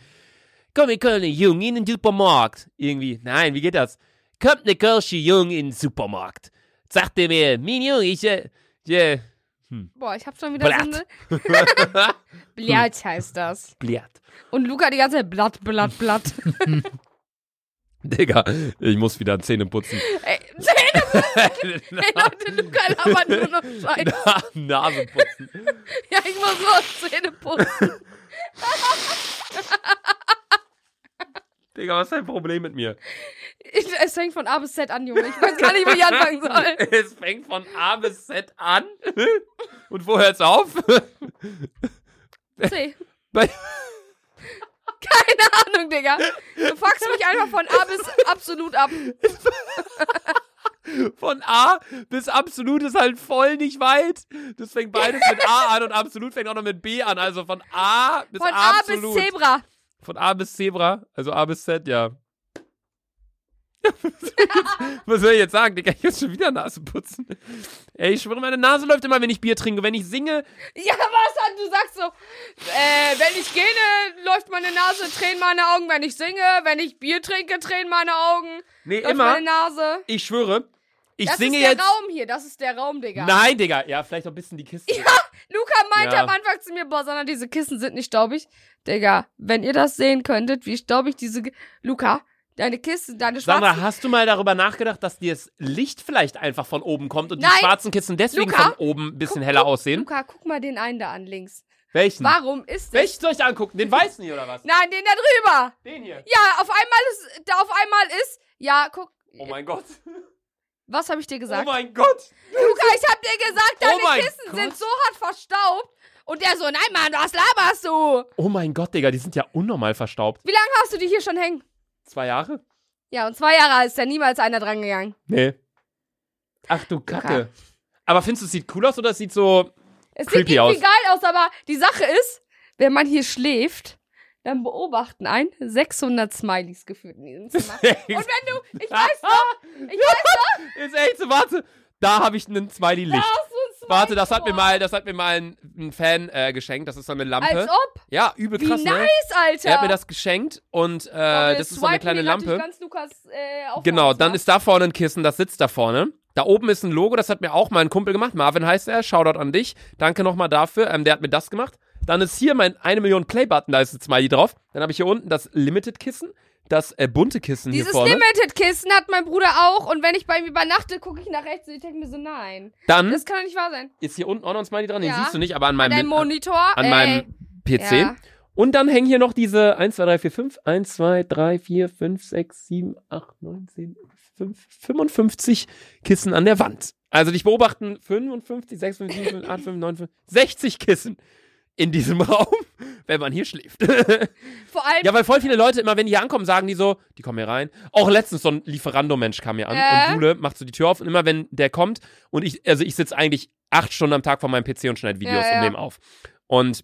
Speaker 3: Komm, wir können Jung in den Supermarkt. Irgendwie. Nein, wie geht das? Kommt ne Kölsche Jung in den Supermarkt. Sagt er mir, mein Junge, ich, äh, yeah.
Speaker 1: Boah, ich hab schon wieder so eine... Blatt heißt das.
Speaker 3: Blatt.
Speaker 1: Und Luca die ganze Zeit Blatt, Blatt, Blatt.
Speaker 3: Digga, ich muss wieder Zähne putzen.
Speaker 1: Ey, Ey, Leute, Luca labert nur noch Scheiße.
Speaker 3: Nase putzen.
Speaker 1: Ja, ich muss nur Zähne putzen.
Speaker 3: Digga, was ist dein Problem mit mir?
Speaker 1: Ich- Es fängt von A bis Z an, Junge. Ich weiß gar nicht, wo ich anfangen soll.
Speaker 3: Es fängt von A bis Z an. Und wo hört's auf?
Speaker 1: C.
Speaker 3: Bei-
Speaker 1: Keine Ahnung, Digga. Du fuckst mich einfach von A bis absolut ab.
Speaker 3: Von A bis absolut ist halt voll nicht weit. Das fängt beides mit A an und absolut fängt auch noch mit B an. Also von A bis
Speaker 1: Von A bis
Speaker 3: absolut.
Speaker 1: Zebra.
Speaker 3: Von A bis Zebra. Also A bis Z, ja. Was soll ich jetzt sagen? Digga, ich muss schon wieder Nase putzen. Ey, ich schwöre, meine Nase läuft immer, wenn ich Bier trinke. Wenn ich singe,
Speaker 1: Ja, was? Und du sagst so, äh, wenn ich gähne, läuft meine Nase, tränen meine Augen. Wenn ich singe, wenn ich Bier trinke, tränen meine Augen.
Speaker 3: nee,
Speaker 1: Läuft
Speaker 3: immer,
Speaker 1: meine Nase.
Speaker 3: ich schwöre, ich
Speaker 1: das
Speaker 3: singe
Speaker 1: ist der
Speaker 3: jetzt.
Speaker 1: Raum hier, das ist der Raum, Digga.
Speaker 3: Nein, Digga, ja, vielleicht auch ein bisschen die Kiste.
Speaker 1: Luca meinte
Speaker 3: Ja.
Speaker 1: am Anfang zu mir, boah, Sandra, diese Kissen sind nicht staubig. Digga, wenn ihr das sehen könntet, wie staubig diese... Ge- Luca, deine Kissen, deine schwarzen...
Speaker 3: Sandra, hast du mal darüber nachgedacht, dass dir das Licht vielleicht einfach von oben kommt und
Speaker 1: Nein.
Speaker 3: die schwarzen Kissen deswegen
Speaker 1: Luca,
Speaker 3: von oben ein bisschen heller aussehen?
Speaker 1: Luca, guck mal den einen da an links.
Speaker 3: Welchen?
Speaker 1: Warum ist der...
Speaker 3: Welchen soll ich da angucken? Den weißen hier oder was?
Speaker 1: Nein, den da drüber.
Speaker 3: Den hier.
Speaker 1: Ja, auf einmal ist... Da auf einmal ist... Ja, guck...
Speaker 3: Oh mein Gott.
Speaker 1: Was habe ich dir
Speaker 3: Oh
Speaker 1: gesagt?
Speaker 3: mein Gott. Oh
Speaker 1: Luca, ich hab dir gesagt, deine
Speaker 3: mein
Speaker 1: Kissen
Speaker 3: Gott.
Speaker 1: sind so hart verstaubt. Und der so, nein, Mann, was laberst du?
Speaker 3: Oh mein Gott, Digga, die sind ja unnormal verstaubt.
Speaker 1: Wie lange hast du die hier schon hängen?
Speaker 3: Zwei Jahre?
Speaker 1: Ja, und zwei Jahre ist da niemals einer dran gegangen.
Speaker 3: Nee. Ach du Kacke. Aber findest du, es sieht cool aus oder es sieht so.
Speaker 1: Es sieht
Speaker 3: Creepy
Speaker 1: irgendwie
Speaker 3: aus.
Speaker 1: geil aus, aber die Sache ist, wenn man hier schläft, dann beobachten ein 600 Smileys gefühlt in diesem Zimmer. Und
Speaker 3: ist
Speaker 1: wenn du, ich weiß noch, ich weiß
Speaker 3: echt so, warte. Da habe ich einen Smiley-Licht.
Speaker 1: noch, so ein
Speaker 3: Warte,
Speaker 1: Smiley
Speaker 3: das hat mir
Speaker 1: gemacht.
Speaker 3: mal, das hat mir mal ein, ein Fan äh, geschenkt. Das ist so eine Lampe.
Speaker 1: Als ob,
Speaker 3: ja, übel
Speaker 1: Also, wie
Speaker 3: krass, ne?
Speaker 1: nice, Alter.
Speaker 3: Er hat mir das geschenkt und äh,
Speaker 1: Aber wir
Speaker 3: das ist so eine
Speaker 1: swipen
Speaker 3: kleine
Speaker 1: den natürlich
Speaker 3: Lampe.
Speaker 1: Ganz Lukas, äh, auf
Speaker 3: Genau,
Speaker 1: uns,
Speaker 3: dann
Speaker 1: ne?
Speaker 3: ist da vorne ein Kissen, das sitzt da vorne. Da oben ist ein Logo, das hat mir auch mal ein Kumpel gemacht. Marvin heißt er, Shoutout an dich. Danke nochmal dafür, ähm, der hat mir das gemacht. Dann ist hier mein 1 Million Play-Button, da ist ein Smiley drauf. Dann habe ich hier unten das Limited-Kissen, das äh, bunte Kissen
Speaker 1: Dieses
Speaker 3: hier vorne.
Speaker 1: Limited-Kissen hat mein Bruder auch und wenn ich bei ihm übernachte, gucke ich nach rechts und ich denke mir so, nein.
Speaker 3: Dann
Speaker 1: Das kann doch nicht wahr sein.
Speaker 3: ist hier unten auch noch ein Smiley dran, den
Speaker 1: Ja.
Speaker 3: siehst du nicht, aber Hm? an
Speaker 1: An
Speaker 3: meinem,
Speaker 1: deinem Monitor?
Speaker 3: an
Speaker 1: ey.
Speaker 3: meinem PC.
Speaker 1: Ja.
Speaker 3: Und dann hängen hier noch diese 1, 2, 3, 4, 5, 1, 2, 3, 4, 5, 6, 7, 8, 9, 10, 5, 55 Kissen an der Wand. Also dich beobachten 55, 56, 57, 8, 5, 9, 5, 60 Kissen in diesem Raum, wenn man hier schläft.
Speaker 1: Vor allem,
Speaker 3: ja, weil voll viele Leute immer, wenn die hier ankommen, sagen die so, die kommen hier rein. Auch letztens so ein Lieferando-Mensch kam hier an
Speaker 1: Äh?
Speaker 3: und Jule macht so die Tür auf und immer wenn der kommt und ich, also ich sitze eigentlich acht Stunden am Tag vor meinem PC und schneide Videos
Speaker 1: Ja, ja.
Speaker 3: und nehme auf. Und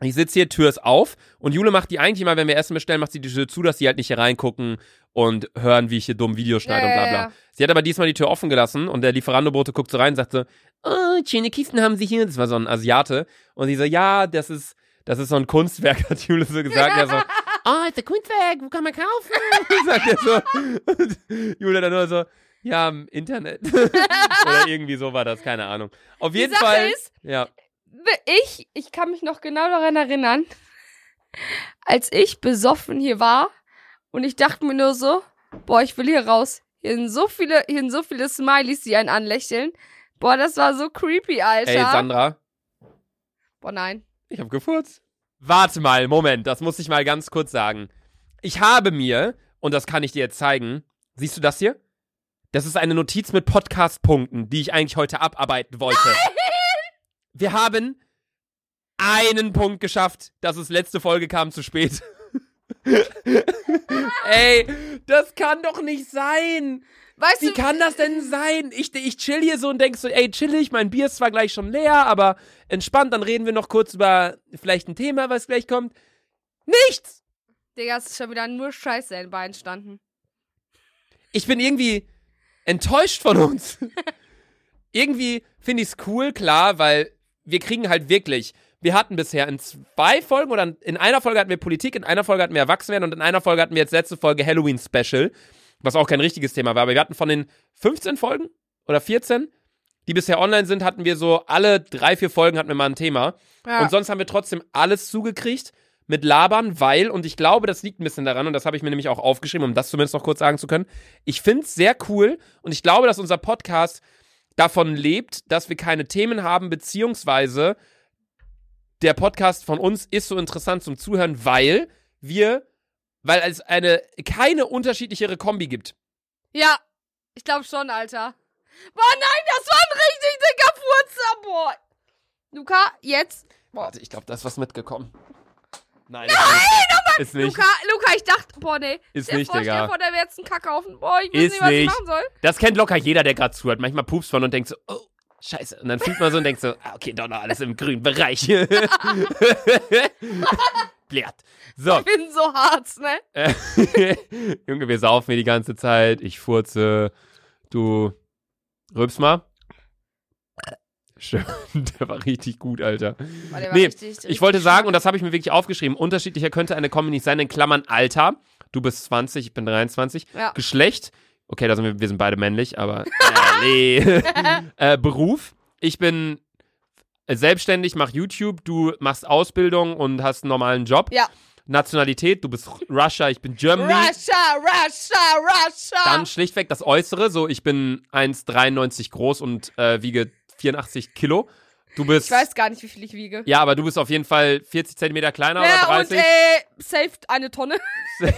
Speaker 3: ich sitze hier, Tür ist auf und Jule macht die eigentlich immer, wenn wir Essen bestellen, macht sie die Tür zu, dass die halt nicht hier reingucken und hören, wie ich hier dumm Videos schneide
Speaker 1: Ja,
Speaker 3: und
Speaker 1: ja,
Speaker 3: bla bla.
Speaker 1: ja.
Speaker 3: Sie hat aber diesmal die Tür offen gelassen und der Lieferandobote guckt so rein und sagt so, oh, schöne Kisten haben sie hier. Das war so ein Asiate. Und sie so, ja, das ist, das ist so ein Kunstwerk, hat Jule so gesagt. Er so, oh, ist ein Kunstwerk, wo kann man kaufen? sagt er so. Und Jule dann nur so, ja, im Internet. Oder irgendwie so war das, keine Ahnung. Auf jeden
Speaker 1: die Sache
Speaker 3: Fall.
Speaker 1: ist,
Speaker 3: ja.
Speaker 1: ich, ich kann mich noch genau daran erinnern, als ich besoffen hier war und ich dachte mir nur so, boah, ich will hier raus. Hier sind so viele, hier sind so viele Smileys, die einen anlächeln. Boah, das war so creepy, Alter.
Speaker 3: Ey, Sandra,
Speaker 1: Boah, nein.
Speaker 3: Ich habe gefurzt. Warte mal, Moment, das muss ich mal ganz kurz sagen. Ich habe mir, und das kann ich dir jetzt zeigen, siehst du das hier? Das ist eine Notiz mit Podcast-Punkten, die ich eigentlich heute abarbeiten wollte. Wir haben einen Punkt geschafft. Das ist letzte Folge kam zu spät. Ey, das kann doch nicht sein.
Speaker 1: Weißt
Speaker 3: Wie
Speaker 1: du,
Speaker 3: kann das denn sein? Ich, ich chill hier so und denk so, ey, chillig, mein Bier ist zwar gleich schon leer, aber entspannt, dann reden wir noch kurz über vielleicht ein Thema, was gleich kommt. Nichts!
Speaker 1: Digga, es ist schon wieder nur Scheiße in Beinen standen.
Speaker 3: Ich bin irgendwie enttäuscht von uns. irgendwie finde ich es cool, klar, weil wir kriegen halt wirklich, wir hatten bisher in zwei Folgen oder in einer Folge hatten wir Politik, in einer Folge hatten wir Erwachsenwerden und in einer Folge hatten wir jetzt letzte Folge Halloween Special, was auch kein richtiges Thema war, aber wir hatten von den 15 Folgen oder 14, die bisher online sind, hatten wir so alle drei, vier Folgen hatten wir mal ein Thema.
Speaker 1: Ja.
Speaker 3: Und sonst haben wir trotzdem alles zugekriegt mit Labern, weil, und ich glaube, das liegt ein bisschen daran, und das habe ich mir nämlich auch aufgeschrieben, um das zumindest noch kurz sagen zu können. Ich finde es sehr cool und ich glaube, dass unser Podcast davon lebt, dass wir keine Themen haben, beziehungsweise der Podcast von uns ist so interessant zum Zuhören, weil wir, weil es eine, keine unterschiedlichere Kombi gibt.
Speaker 1: Ja, ich glaube schon, Alter. Boah, nein, das war ein richtig dicker Furzer, boah. Luca, jetzt. Boah.
Speaker 3: Warte, ich glaube, da ist was mitgekommen. Nein, Nein ist nicht.
Speaker 1: Luca, Luca, ich dachte, boah, nee.
Speaker 3: Ist
Speaker 1: Stell dir
Speaker 3: nicht,
Speaker 1: vor, stell dir
Speaker 3: Digga.
Speaker 1: vor, der wäre jetzt ein Kackhaufen. Boah, ich weiß
Speaker 3: Ist
Speaker 1: nicht, was ich
Speaker 3: nicht.
Speaker 1: machen soll.
Speaker 3: Das kennt locker jeder, der gerade zuhört. Manchmal pupst man und denkt so, oh, scheiße. Und dann fühlt man so und denkt so, ah, okay, doch noch alles im grünen Bereich. Blärt. So.
Speaker 1: Ich bin so hart, ne?
Speaker 3: äh, Junge, wir saufen hier die ganze Zeit. Ich furze. Du rülpst mal. Schön, der war richtig gut, Alter.
Speaker 1: Boah, der war
Speaker 3: Nee,
Speaker 1: richtig, richtig
Speaker 3: Ich wollte sagen, und das habe ich mir wirklich aufgeschrieben, unterschiedlicher könnte eine Kombi nicht sein, in Klammern Alter. Du bist 20, ich bin 23.
Speaker 1: Ja.
Speaker 3: Geschlecht. Okay, da sind wir, wir sind beide männlich, aber äh, nee. äh, Beruf. Ich bin selbstständig, mach YouTube, du machst Ausbildung und hast einen normalen Job.
Speaker 1: Ja.
Speaker 3: Nationalität, du bist Russia, ich bin Germany.
Speaker 1: Russia, Russia, Russia.
Speaker 3: Dann schlichtweg das Äußere, so ich bin 1,93 groß und äh, wiege 84 Kilo. Du bist
Speaker 1: ich weiß gar nicht, wie viel ich wiege.
Speaker 3: ja, aber du bist auf jeden Fall 40 Zentimeter kleiner oder
Speaker 1: und
Speaker 3: 30.
Speaker 1: äh, saved eine Tonne.
Speaker 3: Safe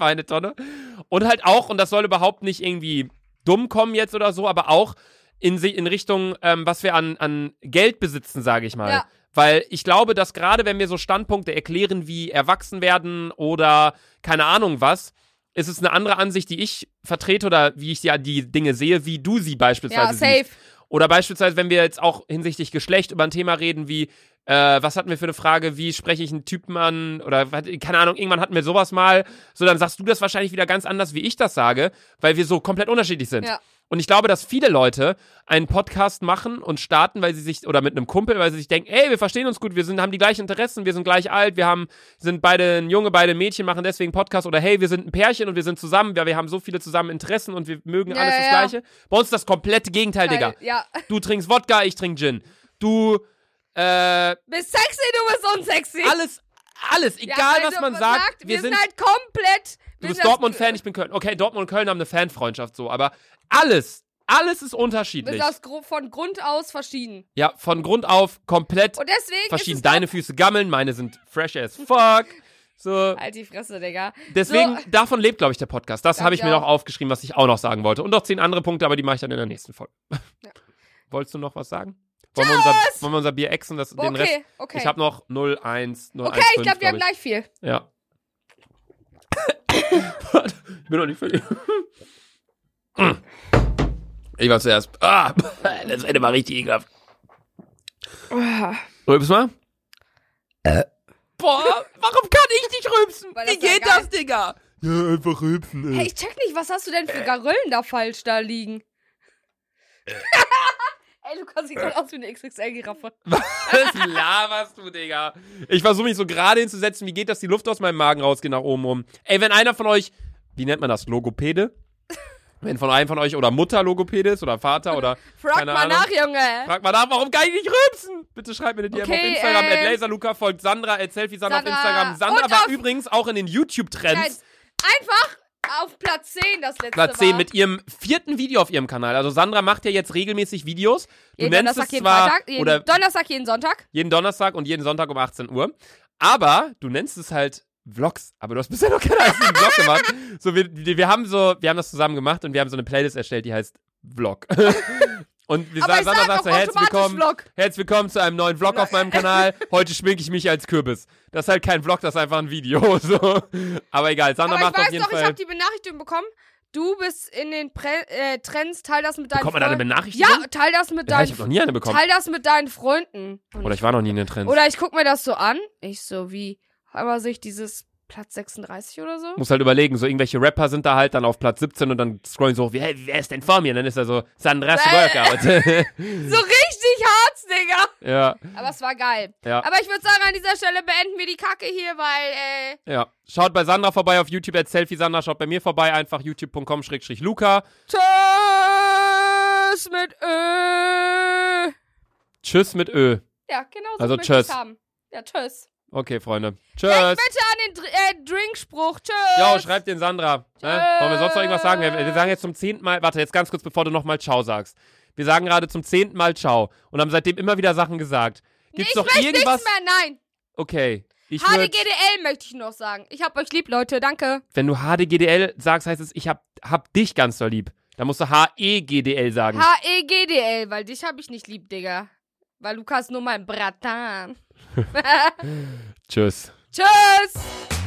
Speaker 3: eine Tonne. Und halt auch, und das soll überhaupt nicht irgendwie dumm kommen jetzt oder so, aber auch in, si- in Richtung, ähm, was wir an, an Geld besitzen, sage ich mal.
Speaker 1: Ja.
Speaker 3: Weil ich glaube, dass gerade wenn wir so Standpunkte erklären wie erwachsen werden oder keine Ahnung was, ist es eine andere Ansicht, die ich vertrete oder wie ich die, die Dinge sehe, wie du sie
Speaker 1: Ja,
Speaker 3: beispielsweise siehst.
Speaker 1: safe.
Speaker 3: Oder beispielsweise, wenn wir jetzt auch hinsichtlich Geschlecht über ein Thema reden, wie, äh, was hatten wir für eine Frage, wie spreche ich einen Typen an oder was- keine Ahnung, irgendwann hatten wir sowas mal, so dann sagst du das wahrscheinlich wieder ganz anders, wie ich das sage, weil wir so komplett unterschiedlich sind.
Speaker 1: Ja.
Speaker 3: Und ich glaube, dass viele Leute einen Podcast machen und starten, weil sie sich, oder mit einem Kumpel, weil sie sich denken, ey, wir verstehen uns gut, wir sind, haben die gleichen Interessen, wir sind gleich alt, wir haben, sind beide ein Junge, beide ein Mädchen, machen deswegen Podcast oder hey, wir sind ein Pärchen und wir sind zusammen, ja, wir haben so viele zusammen Interessen und wir mögen
Speaker 1: Ja,
Speaker 3: alles
Speaker 1: ja,
Speaker 3: das
Speaker 1: ja.
Speaker 3: Gleiche. Bei uns ist das komplette Gegenteil, Digga.
Speaker 1: Ja.
Speaker 3: Du trinkst Wodka, ich trinke Gin. Du, äh,
Speaker 1: Bist sexy, du bist unsexy.
Speaker 3: alles, alles, egal
Speaker 1: ja,
Speaker 3: was
Speaker 1: also
Speaker 3: man sagt,
Speaker 1: wir, sind, halt komplett.
Speaker 3: du
Speaker 1: wir
Speaker 3: bist
Speaker 1: sind als-
Speaker 3: Dortmund-Fan, ich bin Köln. Okay, Dortmund und Köln haben eine Fanfreundschaft so, aber alles, alles ist
Speaker 1: Wir
Speaker 3: unterschiedlich.
Speaker 1: sind aus, Gru- von Grund aus verschieden.
Speaker 3: Ja, von Grund auf komplett
Speaker 1: Und deswegen
Speaker 3: verschieden.
Speaker 1: ist es
Speaker 3: Deine Füße gammeln, meine sind fresh as fuck. So,
Speaker 1: Halt die Fresse, Digga.
Speaker 3: deswegen,
Speaker 1: So,
Speaker 3: davon lebt, glaube ich, der Podcast. Das
Speaker 1: Glaub
Speaker 3: habe ich
Speaker 1: ich
Speaker 3: mir noch
Speaker 1: auch.
Speaker 3: aufgeschrieben, was ich auch noch sagen wollte. Und noch zehn andere Punkte, aber die mache ich dann in der nächsten Folge. Wolltest du noch was sagen? Wollen wir, unser, wollen wir unser Bier exen, das, den Rest
Speaker 1: okay, okay.
Speaker 3: Ich habe noch 01, 015.
Speaker 1: okay, ich glaube, wir haben
Speaker 3: glaub
Speaker 1: gleich viel.
Speaker 3: ich. Ja. Warte, ich bin noch nicht fertig. Ich war zuerst. Ah, das hätte mal richtig ekelhaft. Rülps mal. Äh. Boah, warum kann ich nicht rülpsen?
Speaker 1: Weil
Speaker 3: Wie
Speaker 1: das ja
Speaker 3: geht
Speaker 1: geil-
Speaker 3: das, Digga? Ja, einfach rülpsen. ey.
Speaker 1: Hey, ich check nicht, was hast du denn
Speaker 3: Äh.
Speaker 1: für Garöllen da falsch da liegen? Ey, Lukas sieht
Speaker 3: Äh.
Speaker 1: gerade aus wie eine XXL-Giraffe.
Speaker 3: Hm. Was laberst du, Digga? Ich versuche mich so gerade hinzusetzen. Wie geht das? Die Luft aus meinem Magen rausgeht nach oben rum. Ey, wenn einer von euch, wie nennt man das? Logopäde? Wenn von einem von euch oder Mutter Logopäde ist oder Vater oder.
Speaker 1: Frag
Speaker 3: Keine
Speaker 1: mal
Speaker 3: Ahnung.
Speaker 1: nach, Junge.
Speaker 3: Frag mal nach, warum kann ich nicht rülpsen? Bitte schreibt mir eine DM auf
Speaker 1: Okay,
Speaker 3: Instagram.
Speaker 1: ähm,
Speaker 3: at Laserluca folgt Sandra, at Selfie Sandra, auf
Speaker 1: Sandra.
Speaker 3: Instagram. Sandra
Speaker 1: Und
Speaker 3: war
Speaker 1: auf-
Speaker 3: übrigens auch in den YouTube-Trends.
Speaker 1: Trends. Einfach Auf Platz 10 das letzte
Speaker 3: Platz 10
Speaker 1: war.
Speaker 3: mit ihrem vierten Video auf ihrem Kanal. Also Sandra macht ja jetzt regelmäßig Videos. Du
Speaker 1: jeden
Speaker 3: nennst
Speaker 1: Donnerstag,
Speaker 3: es
Speaker 1: jeden
Speaker 3: zwar
Speaker 1: Freitag, jeden
Speaker 3: oder
Speaker 1: Donnerstag, jeden Sonntag.
Speaker 3: jeden Donnerstag und jeden Sonntag um 18 Uhr. Aber du nennst es halt Vlogs, aber du hast bisher noch keinen einzigen Vlog gemacht. So, wir, die- wir haben so, wir haben das zusammen gemacht und wir haben so eine Playlist erstellt, die heißt Vlog. Und wir
Speaker 1: Aber
Speaker 3: sa
Speaker 1: ich
Speaker 3: Sandra
Speaker 1: sag
Speaker 3: sagt
Speaker 1: auch
Speaker 3: so, herzlich
Speaker 1: automatisch
Speaker 3: willkommen,
Speaker 1: Vlog.
Speaker 3: herzlich willkommen zu einem neuen Vlog auf meinem Kanal. Heute schminke ich mich als Kürbis. Das ist halt kein Vlog, das ist einfach ein Video. So. Aber egal, Sandra
Speaker 1: Aber ich
Speaker 3: macht auf
Speaker 1: weiß
Speaker 3: jeden
Speaker 1: doch, ich
Speaker 3: Fall.
Speaker 1: habe die Benachrichtigung bekommen. Du bist in den Pre äh, Trends, teil das mit deinen
Speaker 3: Kommt man da eine
Speaker 1: Freunden.
Speaker 3: Benachrichtigung?
Speaker 1: Ja, teil das mit
Speaker 3: Ja, ich
Speaker 1: deinen
Speaker 3: habe noch nie eine bekommen.
Speaker 1: Teil das mit deinen Freunden. Und
Speaker 3: Oder ich war noch nie in den Trends.
Speaker 1: Oder ich guck mir das so an. Ich so, wie? Aber sehe ich dieses Platz 36 oder so?
Speaker 3: muss halt überlegen, so irgendwelche Rapper sind da halt dann auf Platz 17 und dann scrollen so, wer, wer ist denn vor mir? Und dann ist er so, Sandras
Speaker 1: Äh.
Speaker 3: Workout.
Speaker 1: So richtig Harz, Digga.
Speaker 3: ja,
Speaker 1: Aber es war geil.
Speaker 3: ja,
Speaker 1: Aber ich würde sagen, an dieser Stelle beenden wir die Kacke hier, weil, äh,
Speaker 3: ja. Schaut bei Sandra vorbei auf YouTube, at Selfie Sandra, schaut bei mir vorbei, einfach youtube.com-luca.
Speaker 1: Tschüss mit Ö.
Speaker 3: Tschüss mit Ö.
Speaker 1: Ja, genau so
Speaker 3: Also
Speaker 1: möchte ich's
Speaker 3: tschüss.
Speaker 1: haben. Ja, tschüss.
Speaker 3: Okay, Freunde.
Speaker 1: Denk
Speaker 3: Tschüss.
Speaker 1: bitte an den Dr äh, Drinkspruch. Tschüss.
Speaker 3: Jo, schreibt den Sandra. Ne?
Speaker 1: Tschüss.
Speaker 3: Wollen wir sonst noch irgendwas sagen? Wir, wir sagen jetzt zum zehnten Mal, warte, jetzt ganz kurz, bevor du nochmal Ciao sagst. Wir sagen gerade zum zehnten Mal Ciao und haben seitdem immer wieder Sachen gesagt.
Speaker 1: Nee,
Speaker 3: Gibt's
Speaker 1: ich
Speaker 3: noch
Speaker 1: möchte
Speaker 3: irgendwas?
Speaker 1: nichts mehr. Nein.
Speaker 3: Okay. Ich würd-
Speaker 1: HDGDL möchte ich noch sagen. Ich hab euch lieb, Leute. Danke.
Speaker 3: Wenn du HDGDL sagst, heißt es, ich hab, hab dich ganz doll lieb. Da musst du E HEGDL sagen.
Speaker 1: E HEGDL, weil dich hab ich nicht lieb, Digga. Weil Lukas nur mein Bratan.
Speaker 3: Tschüss.
Speaker 1: Tschüss.